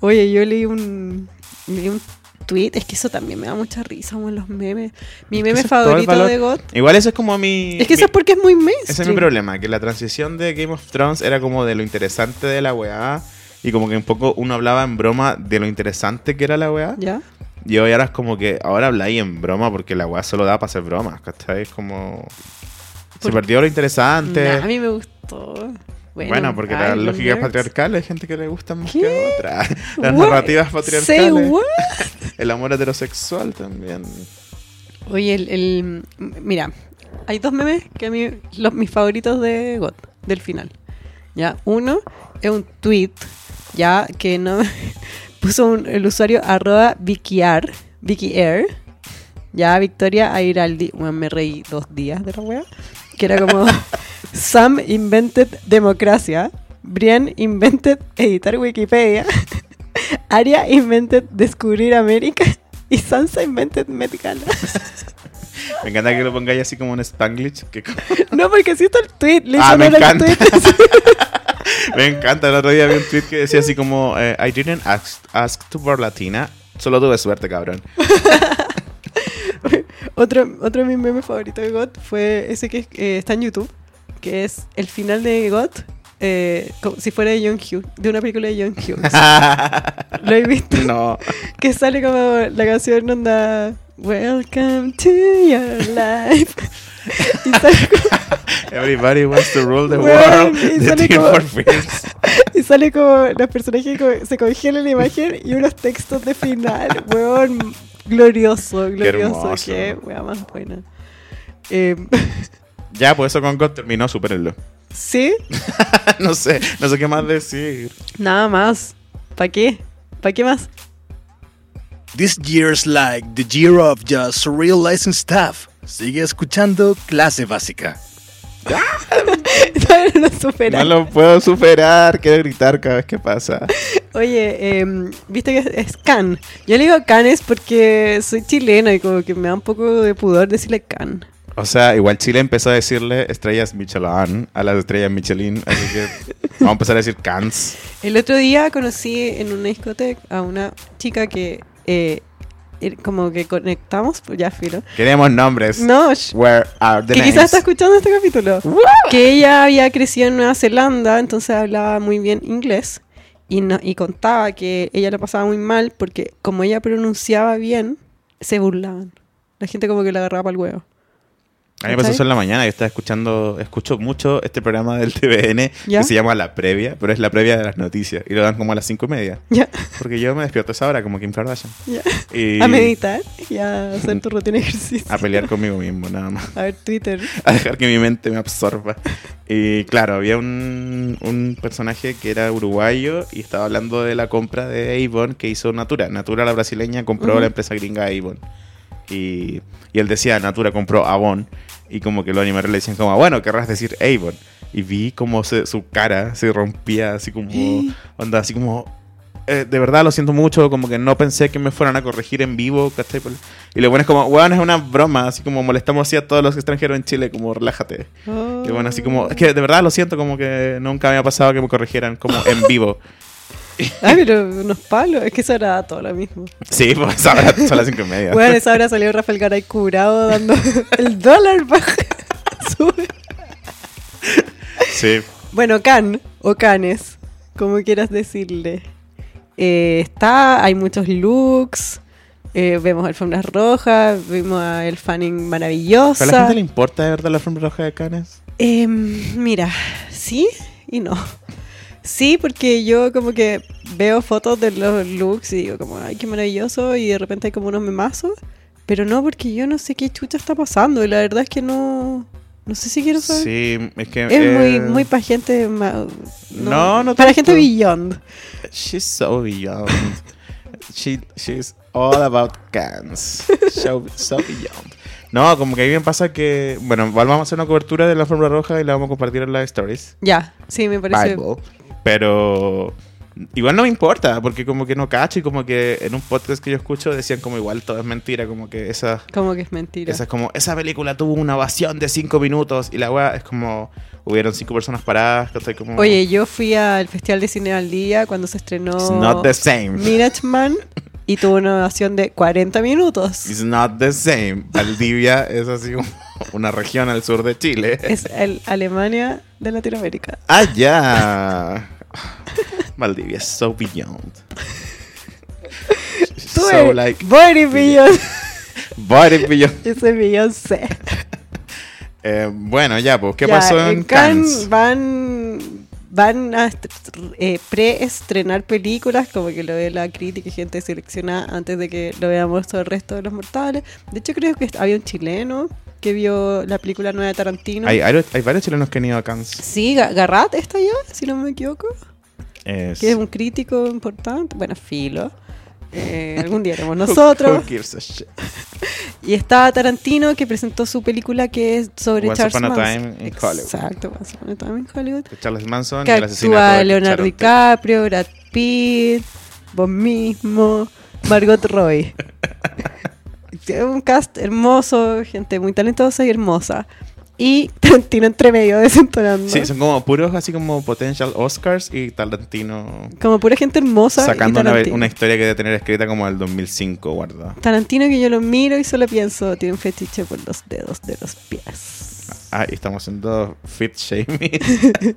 B: Oye, yo leí un, leí un tweet, es que eso también me da mucha risa, como los memes. Mi meme
A: Eso es todo el
B: favorito
A: valor.
B: de God.
A: Igual eso es como mi...
B: Es que eso
A: mi-
B: es porque es muy mainstream.
A: Ese es mi problema, que la transición de Game of Thrones era como de lo interesante de la weá. Y como que un poco uno hablaba en broma de lo interesante que era la weá.
B: ¿Ya?
A: Y hoy ahora es como que ahora habláis en broma porque la weá solo da para hacer bromas, ¿cachai? Es como... Se
B: Por-
A: perdió lo interesante.
B: Nah, a mí me gustó. Bueno,
A: Bueno, porque
B: ay,
A: la
B: los
A: lógica
B: nerds.
A: patriarcal hay gente que le gusta más
B: ¿Qué?
A: que otra. Las
B: What?
A: narrativas
B: Say
A: patriarcales.
B: what?
A: El amor heterosexual también.
B: Oye, el, el- Mira, hay dos memes que a mí... Los, mis favoritos de God, del final. Ya, uno es un tweet, ya, que no... puso un- el usuario arroba VickyAir, VickyAir, ya, Victoria Airaldi. Bueno, me reí dos días de la wea. Que era como... Sam invented democracia. Brian invented editar Wikipedia. Aria invented descubrir América. Y Sansa invented Met Gala.
A: Me encanta que lo pongáis así como en Spanglish. que como-
B: No, porque sí está el tweet. Le
A: Ah,
B: hizo
A: me
B: honor al
A: encanta.
B: tweet.
A: Me encanta. El otro día vi un tweet que decía así como: eh, I didn't ask, ask to be Latina. Solo tuve suerte, cabrón.
B: otro, otro de mis memes favoritos de GOT fue ese que eh, está en YouTube, que es el final de GOT, eh, como si fuera de John Hughes, de una película de John Hughes. ¿Lo he visto?
A: no.
B: Que sale como la canción onda Welcome to your life. y sale como,
A: Everybody wants to rule the
B: Weón,
A: world.
B: y
A: The
B: sale
A: team
B: como-
A: for fears.
B: y sale como los personajes como- se congelan la imagen y unos textos de final. Weón, glorioso, glorioso.
A: hermoso.
B: Qué, wea más buena. Em,
A: Ya, pues eso con God terminó. Supérenlo.
B: sí,
A: no sé. No sé qué más decir.
B: Nada más. ¿Para qué? ¿Para qué más?
C: This year's like the year of just realizing stuff. Sigue escuchando clase básica.
B: Todavía no lo supera.
A: No lo puedo superar. Quiero gritar cada vez que pasa.
B: Oye, em, viste que es- es can. Yo le digo can es porque soy chilena y como que me da un poco de pudor decirle can.
A: O sea, igual Chile empezó a decirle estrellas Michelin a las estrellas Michelin, así que vamos a empezar a decir cans.
B: El otro día conocí en una discoteca a una chica que eh, er- como que conectamos, pues ya filo.
A: Queremos nombres.
B: No, sh-
A: Where are the
B: que
A: names?
B: quizás está escuchando este capítulo. Que ella había crecido en Nueva Zelanda, entonces hablaba muy bien inglés y, no- y contaba que ella lo pasaba muy mal porque como ella pronunciaba bien, se burlaban. La gente como que la agarraba al huevo.
A: a mí me pasó eso en la mañana, yo estaba escuchando, escucho mucho este programa del TVN
B: ¿Ya?
A: que se llama La Previa, pero es la previa de las noticias y lo dan como a las cinco y media.
B: Ya,
A: Porque yo me despierto a esa hora como Kim Kardashian.
B: ya.
A: Y
B: A meditar y a hacer
A: Mm.
B: tu rutina de ejercicio.
A: a pelear conmigo mismo, nada más.
B: A ver Twitter.
A: a dejar que mi mente me absorba. Y claro, había un, un personaje que era uruguayo y estaba hablando de la compra de Avon que hizo Natura. Natura, la brasileña, compró
B: Ujú.
A: la empresa gringa Avon. Y, y él decía, Natura compró Avon. Y como que los animadores le decían como, "Ah, bueno, querrás decir Avon. Y vi como se- su cara se rompía así como, onda, así como... eh, de verdad lo siento mucho, como que no pensé que me fueran a corregir en vivo, ¿cachai? Por- Y lo bueno es como, weón, es una broma, así como molestamos así a todos los extranjeros en Chile, como relájate. Y bueno, así
B: Oh.
A: como, es que de verdad lo siento, como que nunca me ha pasado que me corrigieran como en vivo.
B: Ay, pero unos palos. Es que eso era todo lo mismo.
A: Sí, pues ahora son las cinco y media.
B: Bueno, esa hora salió Rafael Garay curado dando el dólar baja. sube.
A: Sí.
B: Bueno, Can o Canes, como quieras decirle. Eh, está, hay muchos looks. eh, vemos alfombras rojas, vimos a El Fanning
A: ¿Pero a la
B: maravillosa.
A: gente le importa de verdad la forma roja de canes?
B: Em, mira, sí y no. Sí, porque yo como que veo fotos de los looks y digo como, ay, qué maravilloso, y de repente hay como unos memazos, pero no, porque yo no sé qué chucha está pasando, y la verdad es que no, no sé si quiero saber.
A: Sí, es que...
B: Es muy, muy para gente... ma-
A: Eh, No, no
B: Para gente
A: tanto.
B: beyond.
A: She's so beyond. She, she's all about cans. So, so beyond. No, como que ahí bien pasa que. Bueno, vamos a hacer una cobertura de la fórmula roja y la vamos a compartir en las stories.
B: Ya, sí, me parece...
A: Bible. Pero. Igual no me importa, porque como que no cacho y como que en un podcast que yo escucho decían como igual todo es mentira, como que esa.
B: Como que es mentira.
A: Esa es como, esa película tuvo una ovación de cinco minutos y la weá es como, hubieron cinco personas paradas, que estoy como...
B: Oye, yo fui al Festival de Cine al Día cuando se estrenó
A: it's not the same.
B: Mirachman y tuvo una ovación de 40 minutos.
A: It's not the same. Valdivia es así como una región al sur de Chile.
B: Es el Alemania de Latinoamérica.
A: ¡Ah, ya! Valdivia is so beyond.
B: Tú
A: So
B: eres
A: like
B: Body Beyond.
A: body beyond.
B: Yo soy Beyoncé.
A: Eh, bueno, ya, pues, ¿qué
B: Ya, eh,
A: pasó en Cannes?
B: Van, van a est- eh, preestrenar películas, como que lo ve la crítica y gente seleccionada antes de que lo veamos todo el resto de los mortales. De hecho, creo que había un chileno que vio la película nueva de Tarantino.
A: Hay, hay- hay varios chilenos que han ido a Cannes.
B: Sí, Ga- Garrat está allá, si no me equivoco.
A: Es-
B: Que es un crítico importante. Bueno, filo. Eh, algún día haremos nosotros.
A: Who gives a shit?
B: Y está Tarantino que presentó su película que es sobre
A: Once
B: Charles
A: Upon a
B: Manson.
A: Time in Hollywood.
B: Exacto, Once Upon a Time in Hollywood.
A: Charles Manson
B: Que
A: y el asesinato
B: actúa
A: de
B: Leonardo
A: Sharon Tate.
B: DiCaprio, Brad Pitt, vos mismo, Margot Roy. Tiene un cast hermoso, gente muy talentosa y hermosa. Y Tarantino entre medio desentonando.
A: Sí, son como puros así como potential Oscars y Tarantino
B: Como pura gente hermosa. y
A: sacando una,
B: Tarantino.
A: una historia que debe tener escrita como el 2005, guarda.
B: Tarantino que yo lo miro y solo pienso, tiene un fetiche por los dedos de los pies.
A: Ah, y estamos haciendo fit shaming.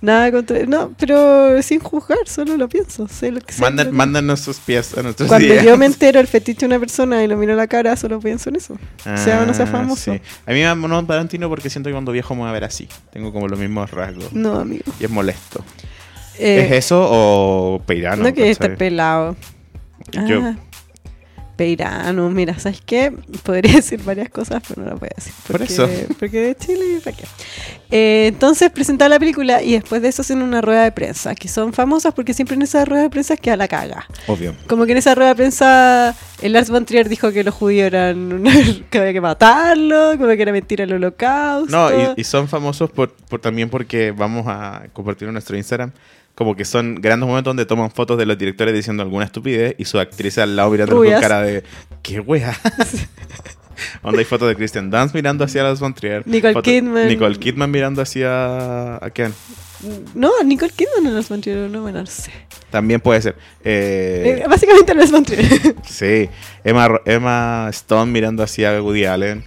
B: Nada contra... No, pero sin juzgar, solo lo pienso. Sé lo que sé
A: Mándan-
B: lo que-
A: mándanos sus pies a nuestros
B: Cuando
A: días.
B: yo me entero el fetiche de una persona y lo miro a la cara, solo pienso en eso. sea o no sea
A: Ah,
B: famoso.
A: sí. A mí me abandonó Tarantino porque siento que cuando viejo me va a ver así. Tengo como los mismos rasgos.
B: No, amigo.
A: Y es molesto.
B: Eh,
A: ¿Es eso o Peirano?
B: no que
A: ¿cachai?
B: estar pelado.
A: Yo-
B: Ah, Peirano, mira, ¿sabes qué? Podría decir varias cosas, pero no las voy a decir.
A: Por
B: Porque,
A: eso.
B: Porque de Chile, ¿para qué? Eh, entonces presentar la película y después de eso hacen una rueda de prensa, que son famosas porque siempre en esas ruedas de prensa queda la caga.
A: Obvio.
B: Como que en esa rueda de prensa el Lars von Trier dijo que los judíos eran una- que había que matarlo, como que era mentira el holocausto.
A: No, y, y son famosos por, por también porque vamos a compartir en nuestro Instagram. Como que son grandes momentos donde toman fotos de los directores diciendo alguna estupidez y su actriz al lado mirando con
B: Rubias.
A: cara de ¡Qué wea! donde hay fotos de Christian Dance mirando hacia las von Trier.
B: Nicole
A: fotos-
B: Kidman.
A: Nicole Kidman mirando hacia... ¿A quién?
B: No, Nicole Kidman en Lars von Trier, no, bueno, no sé.
A: También puede ser. Eh,
B: Eh, básicamente Lars von Trier.
A: sí. Emma, Ro- Emma Stone mirando hacia Woody Allen.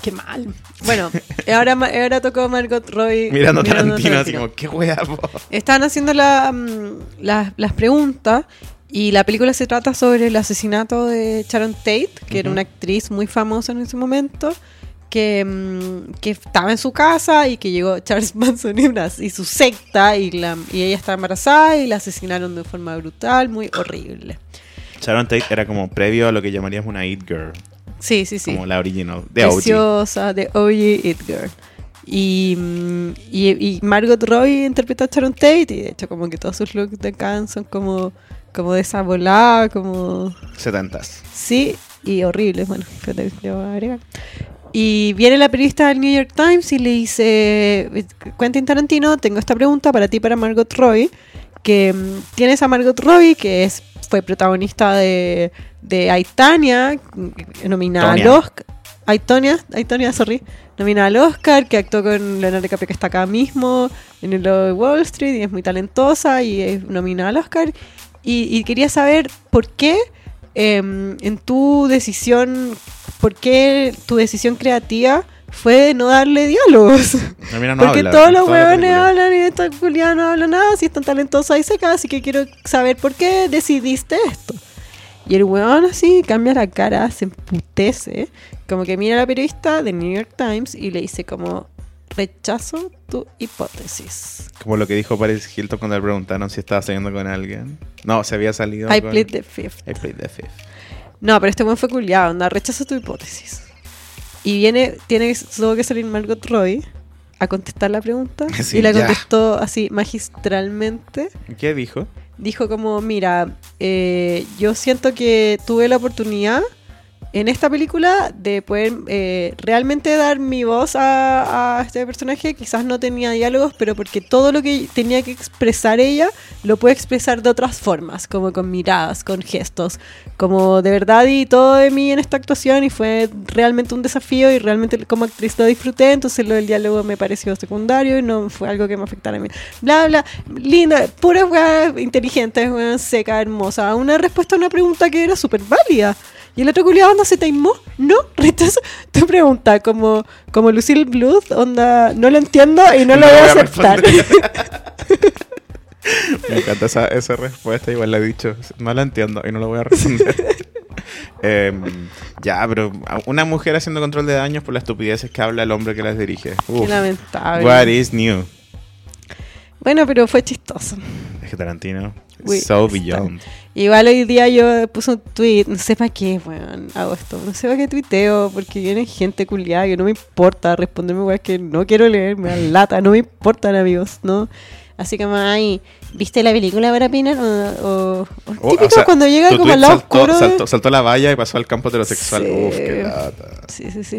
B: Qué mal. Bueno, ahora, ma- ahora tocó Margot Roy.
A: Mirando, a Tarantino, así
B: Tarantino.
A: como ¡Qué wea! po!
B: Estaban haciendo la, mm, las- las preguntas y la película se trata sobre el asesinato de Sharon Tate, que era
A: Ujú.
B: una actriz muy famosa en ese momento, que, mm, que estaba en su casa y que llegó Charles Manson y, una- y su secta y, la, y ella estaba embarazada y la asesinaron de forma brutal, muy horrible.
A: Sharon Tate era como previo a lo que llamaríamos una It Girl.
B: Sí, sí, sí.
A: Como la original. De OG.
B: preciosa de OG It Girl. Y, mm, y, y Margot Robbie interpreta a Sharon Tate y de hecho como que todos sus looks de Cannes son como, como de esa volada, como...
A: 70s.
B: Sí, y horribles, bueno, que te le voy a agregar. Y viene la periodista del New York Times y le dice, Quentin Tarantino, tengo esta pregunta para ti, para Margot Robbie. que mm, tienes a Margot Robbie, que es, fue protagonista de, de Aitania, mm, nominada al
A: Tonia.
B: Oscar. Aitonia, Aitonia, sorry, nominada al Oscar, que actuó con Leonardo DiCaprio, que está acá mismo, en el logo de Wall Street, y es muy talentosa, y es nominada al Oscar. Y, y quería saber por qué, eh, en tu decisión, por qué tu decisión creativa fue no darle diálogos.
A: No, Ah, mira, no
B: Porque
A: habla,
B: todos los
A: toda la
B: huevones
A: película.
B: hablan y esta Juliana no habla nada, si es tan talentosa y seca, así que quiero saber por qué decidiste esto. Y el huevón así cambia la cara, se emputece, como que mira a la periodista de New York Times y le dice como rechazo tu hipótesis.
A: Como lo que dijo Paris Hilton cuando le preguntaron si estaba saliendo con alguien. No, se había salido.
B: I
A: con-
B: plead the fifth.
A: I plead the fifth.
B: No, pero este buen fue culiado, onda, rechaza tu hipótesis. Y viene, tiene, tuvo que salir Margot Robbie a contestar la pregunta.
A: Sí,
B: y la
A: ya.
B: contestó así magistralmente.
A: ¿Qué dijo?
B: Dijo como, mira, eh, yo siento que tuve la oportunidad en esta película de poder eh, realmente dar mi voz a, a este personaje. Quizás no tenía diálogos, pero porque todo lo que tenía que expresar ella lo puede expresar de otras formas, como con miradas, con gestos, como de verdad y todo de mí en esta actuación y fue realmente un desafío y realmente como actriz lo disfruté, entonces lo del diálogo me pareció secundario y no fue algo que me afectara a mí. Bla, bla, linda, pura weá inteligente, weá seca, hermosa. Una respuesta a una pregunta que era súper válida. Y el otro culiado onda se taimó, no, rechazo tu pregunta, como, como Lucille Bluth, onda, no lo entiendo y no lo
A: No
B: voy a
A: voy a
B: aceptar.
A: Me encanta esa, esa respuesta, igual la he dicho. No la entiendo y no la voy a responder. Em, ya, pero a- una mujer haciendo control de daños por las estupideces que habla el hombre que las dirige.
B: Qué
A: Uf,
B: lamentable.
A: what is new?
B: Bueno, pero fue chistoso.
A: Es que Tarantino. it's
B: We-
A: so
B: está-
A: beyond.
B: Igual hoy día yo puse un tweet, no sé para qué, weón, hago esto, no sé para qué tuiteo, porque viene gente culiada que no me importa responderme weón que no quiero leer, me da lata, no me importan amigos, ¿no? Así que, ay, ¿viste la película para opinar? O, o- o
A: Oh,
B: típico
A: o sea,
B: cuando llega
A: tu
B: como al
A: tweet
B: lado
A: saltó,
B: oscuro. de-
A: Saltó, saltó la valla y pasó al campo heterosexual.
B: Sí.
A: Uf, qué lata.
B: Sí, sí, sí.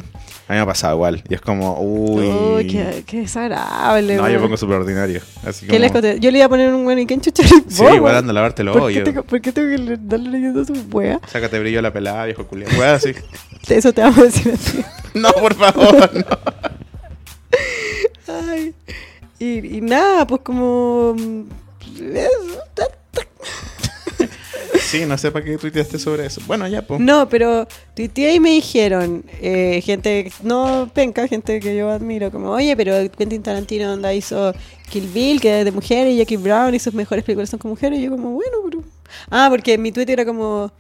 A: A mí me ha pasado igual. Y es como, uy.
B: Uy, Oh, qué, qué desagradable,
A: no, yo
B: weón.
A: pongo superordinario. Así
B: ¿Qué les
A: como,
B: conté? Yo le iba a poner un weón y qué enchuchar
A: Sí, igual anda a lavarte los
B: ¿Por qué,
A: hoyos.
B: tengo, ¿Por qué tengo que le- darle leyendo a su wea?
A: Sácate brillo a la pelada, viejo culiado. Weá, sí.
B: Eso te vamos a decir a ti.
A: No, por favor, no.
B: Ay. Y, y nada, pues como... mm, eso, ta-
A: Sí, no sé para qué tuiteaste sobre eso. Bueno, ya, pues.
B: No, pero tuiteé y me dijeron, eh, gente, no penca, gente que yo admiro, como, oye, pero Quentin Tarantino onda hizo Kill Bill, que es de mujeres, y Jackie Brown, y sus mejores películas son con mujeres, y yo como, bueno, pero... Ah, porque mi tweet era como,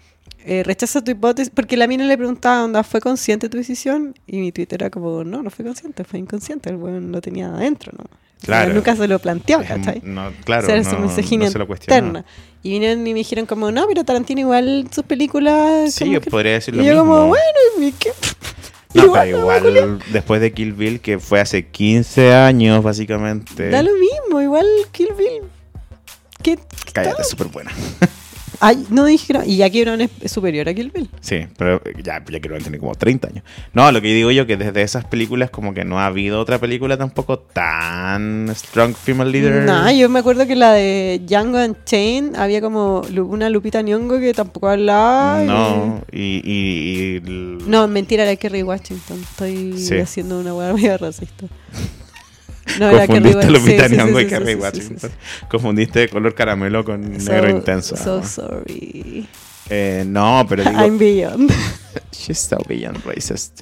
B: eh, rechaza tu hipótesis, porque la mina le preguntaba, onda, ¿fue consciente tu decisión? Y mi tweet era como, no, no fue consciente, fue inconsciente, el weón no tenía nada adentro, ¿no? O sea,
A: Claro.
B: Nunca se lo planteó,
A: Es-
B: ¿cachai?
A: No, claro,
B: ser
A: no,
B: su misoginia
A: no se lo cuestionó.
B: interna. Y vinieron y me dijeron como, no, pero Tarantino igual sus películas...
A: Sí,
B: como
A: yo
B: que-".
A: podría decir lo
B: y yo
A: mismo.
B: como, bueno, ¿y qué?
A: no,
B: igual,
A: pero
B: no,
A: igual,
B: Julio,
A: después de Kill Bill, que fue hace 15 años, básicamente.
B: Da lo mismo, igual Kill Bill. ¿Qué?
A: Cállate, es súper buena.
B: Ay, no dijeron... Y Jackie Brown es es superior a Kill Bill.
A: Sí, pero eh, ya, pues, ya creo que tiene como 30 años. No, lo que digo yo que desde esas películas como que no ha habido otra película tampoco tan strong female leader.
B: No, yo me acuerdo que la de Django Unchained había como lu- una Lupita Nyong'o que tampoco hablaba. y-
A: No, y, y, y l-
B: No, mentira, era Kerry Washington. Estoy
A: Sí.
B: haciendo una hueá medio racista. No,
A: confundiste a
B: Kerry Wa-
A: Lupita
B: sí, sí,
A: Nyong'o
B: sí,
A: y
B: sí,
A: Kerry
B: sí, sí, sí, sí.
A: Washington. Confundiste de color caramelo con
B: So-
A: negro intenso.
B: So
A: ¿no?
B: sorry.
A: Eh, no, pero digo,
B: I'm beyond.
A: She's so beyond racist.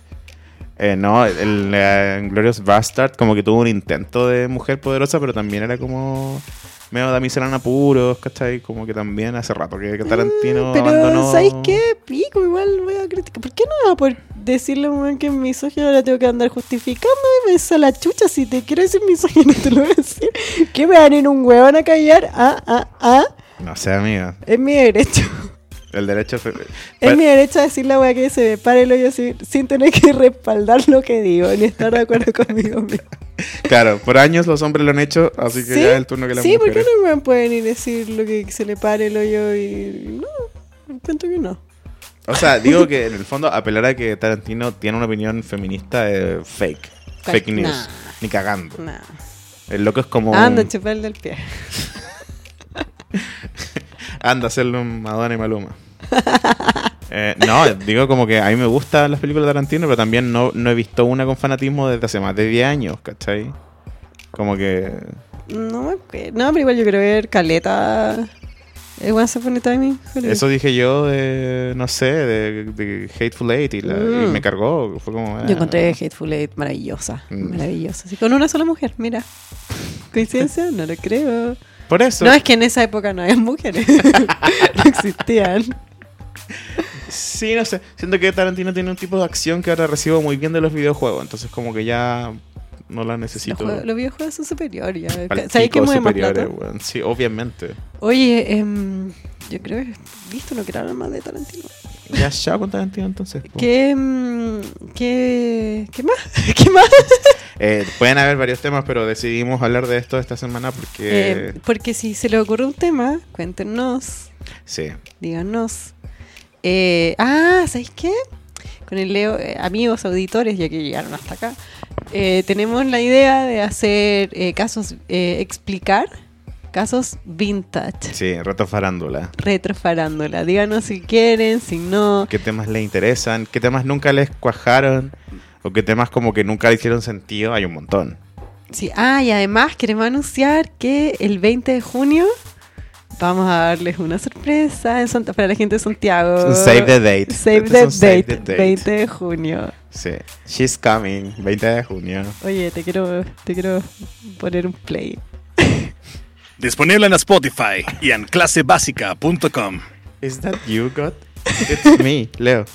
A: Eh, no, el eh, Glorious Bastard como que tuvo un intento de mujer poderosa, pero también era como medio damisela en apuros, ¿cachai? Como que también hace rato que, que Tarantino
B: Mm, Pero,
A: abandonó...
B: ¿sabéis qué? Pico, igual voy a criticar. ¿Por qué no? Por decirle a un weón que es misógino, ahora tengo que andar justificándome. Me sa la chucha. Si te quiero decir misógino, te lo voy a decir. ¿Qué me van a ir un huevón a callar? Ah, ah, ah.
A: No sé, amiga.
B: Es mi derecho.
A: El derecho... fe-
B: Es mi derecho a decir la weá que se me pare el hoyo sin, sin tener que respaldar lo que digo, ni estar de acuerdo conmigo mismo.
A: Claro, por años los hombres lo han hecho, así que ya es el turno que las
B: Sí,
A: mujeres...
B: ¿por qué no me pueden ir a decir lo que se le pare el hoyo y. No, cuento que no.
A: O sea, digo que en el fondo apelar a que Tarantino tiene una opinión feminista eh, fake.
B: Cual-
A: Fake news.
B: nah. Ah,
A: Ni cagando.
B: Nah.
A: El loco es como...
B: Anda,
A: un-
B: chupar del pie.
A: Anda a hacerlo en Madonna y Maluma. Eh, no, digo como que a mí me gustan las películas de Tarantino, pero también no, no he visto una con fanatismo desde hace más de 10 años, ¿cachai? Como que...
B: No, me acuerdo. no, pero igual yo quiero ver Caleta. eh, Once Upon a Time in Hollywood.
A: Eso dije yo de, no sé, de, de Hateful Eight y, la- y
B: Mm.
A: me cargó. Fue como... ah.
B: Yo encontré Hateful Eight maravillosa,
A: Mm.
B: maravillosa. Así, con una sola mujer, mira. ¿Coincidencia? No lo creo.
A: Por eso.
B: No, es que en esa época no había mujeres. no existían.
A: Sí, no sé. Siento que Tarantino tiene un tipo de acción que ahora recibo muy bien de los videojuegos. Entonces como que ya no la
B: Los,
A: necesito.
B: juegos- los videojuegos son superiores. ya.
A: Pal
B: ¿Sabes qué
A: pico
B: mueve más
A: superiores,
B: plata?
A: weón. Sí, obviamente.
B: Oye, em, yo creo que he visto no quiero hablar más de Tarantino.
A: Ya, chao con Tarantino entonces. po.
B: ¿Qué, em, qué, qué más? ¿Qué más?
A: Eh, pueden haber varios temas, pero decidimos hablar de esto esta semana porque...
B: Em, porque si se le ocurre un tema, cuéntenos,
A: Sí.
B: díganos. Eh, ah, ¿sabéis qué? Con el Leo, eh, amigos, auditores, ya que llegaron hasta acá, eh, tenemos la idea de hacer eh, casos, eh, explicar casos vintage.
A: Sí, reto farándula.
B: retrofarándola. Díganos si quieren, si no.
A: ¿Qué temas les interesan? ¿Qué temas nunca les cuajaron? ¿O qué temas como que nunca le hicieron sentido? Hay un montón.
B: Sí. Ah, y además queremos anunciar que el 20 de junio vamos a darles una sorpresa en Sant- para la gente de
A: Es
B: Santiago.
A: un Save the date.
B: Uh, Save
A: Este
B: the
A: es un save
B: date,
A: the
B: 20 de junio.
A: Sí. She's coming, 20 de junio.
B: Oye, te quiero, te quiero poner un play.
C: Disponible en Spotify y en clasebásica.com.
A: Is that you, God? It's me, Leo.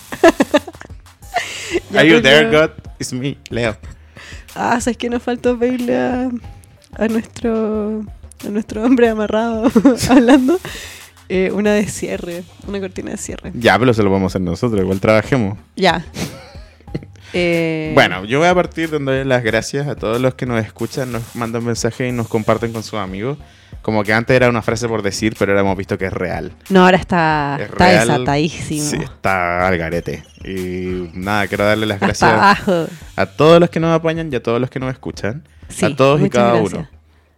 B: Ya,
A: Are you
B: pues,
A: there,
B: Leo.
A: God? It's me, Leo.
B: Ah, sabes que nos faltó pedirle a, a nuestro a nuestro hombre amarrado hablando eh, una de cierre, una cortina de cierre.
A: Ya, pero se lo vamos a hacer nosotros, igual trabajemos.
B: Ya. Eh,
A: Bueno, yo voy a partir dando las gracias a todos los que nos escuchan, nos mandan mensajes y nos comparten con sus amigos. Como que antes era una frase por decir, pero ahora hemos visto que es real.
B: No, ahora está,
A: Es
B: Ah, está
A: real.
B: desatadísimo.
A: Sí, está al garete. Y nada, quiero darle las
B: Hasta
A: gracias
B: abajo.
A: a todos los que nos apañan y a todos los que nos escuchan.
B: Sí,
A: a todos y
B: muchas
A: cada
B: gracias.
A: uno.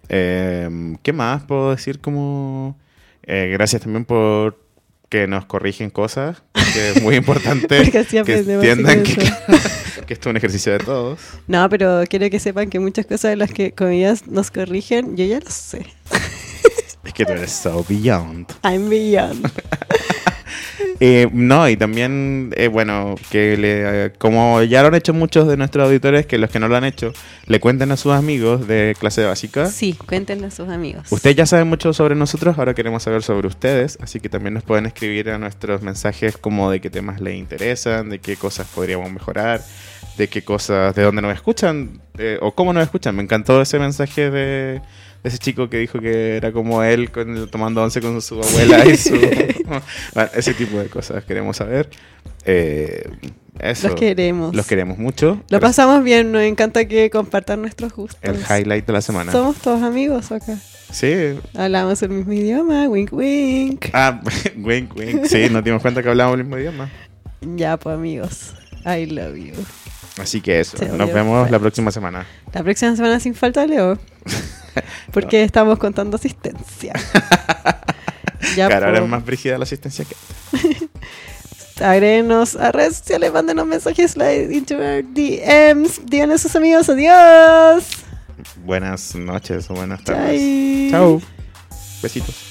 A: Eh, ¿Qué más puedo decir? Como eh, gracias también por que nos corrigen cosas, que es muy importante
B: Porque así
A: que
B: aprendemos,
A: entiendan que,
B: así que
A: que esto es un ejercicio de todos.
B: No, pero quiero que sepan que muchas cosas de las que comillas nos corrigen, yo ya lo sé.
A: Es que tú eres so beyond.
B: I'm beyond.
A: Eh, no, y también, eh, bueno, que le, eh, como ya lo han hecho muchos de nuestros auditores, que los que no lo han hecho, le cuenten a sus amigos de clase básica.
B: Sí, cuéntenle a sus amigos.
A: Ustedes ya saben mucho sobre nosotros, ahora queremos saber sobre ustedes, así que también nos pueden escribir a nuestros mensajes como de qué temas les interesan, de qué cosas podríamos mejorar, de qué cosas, de dónde nos escuchan eh, o cómo nos escuchan. Me encantó ese mensaje de, de ese chico que dijo que era como él con- tomando once con su abuela y su... Bueno, ese tipo de cosas queremos saber. Eh, eso.
B: Los queremos.
A: Los queremos mucho.
B: Lo pasamos bien, nos encanta que compartan nuestros gustos.
A: El highlight de la semana.
B: Somos todos amigos acá.
A: Sí,
B: Hablamos el mismo idioma, wink wink.
A: Ah, wink, wink. Sí, nos dimos cuenta que hablábamos el mismo idioma.
B: Ya, pues amigos. I love you.
A: Así que eso.
B: Sí,
A: nos
B: obvio.
A: vemos la próxima semana.
B: La próxima semana sin falta Leo. Porque estamos contando asistencia. ya, pues,
A: Cara, ahora
B: po.
A: es más brígida la asistencia que.
B: Agréguenos a redes sociales, mándenos mensajes, like, introvert, DMs, díganle a sus amigos, adiós.
A: Buenas noches o buenas tardes.
B: Chao.
A: Chao. Besitos.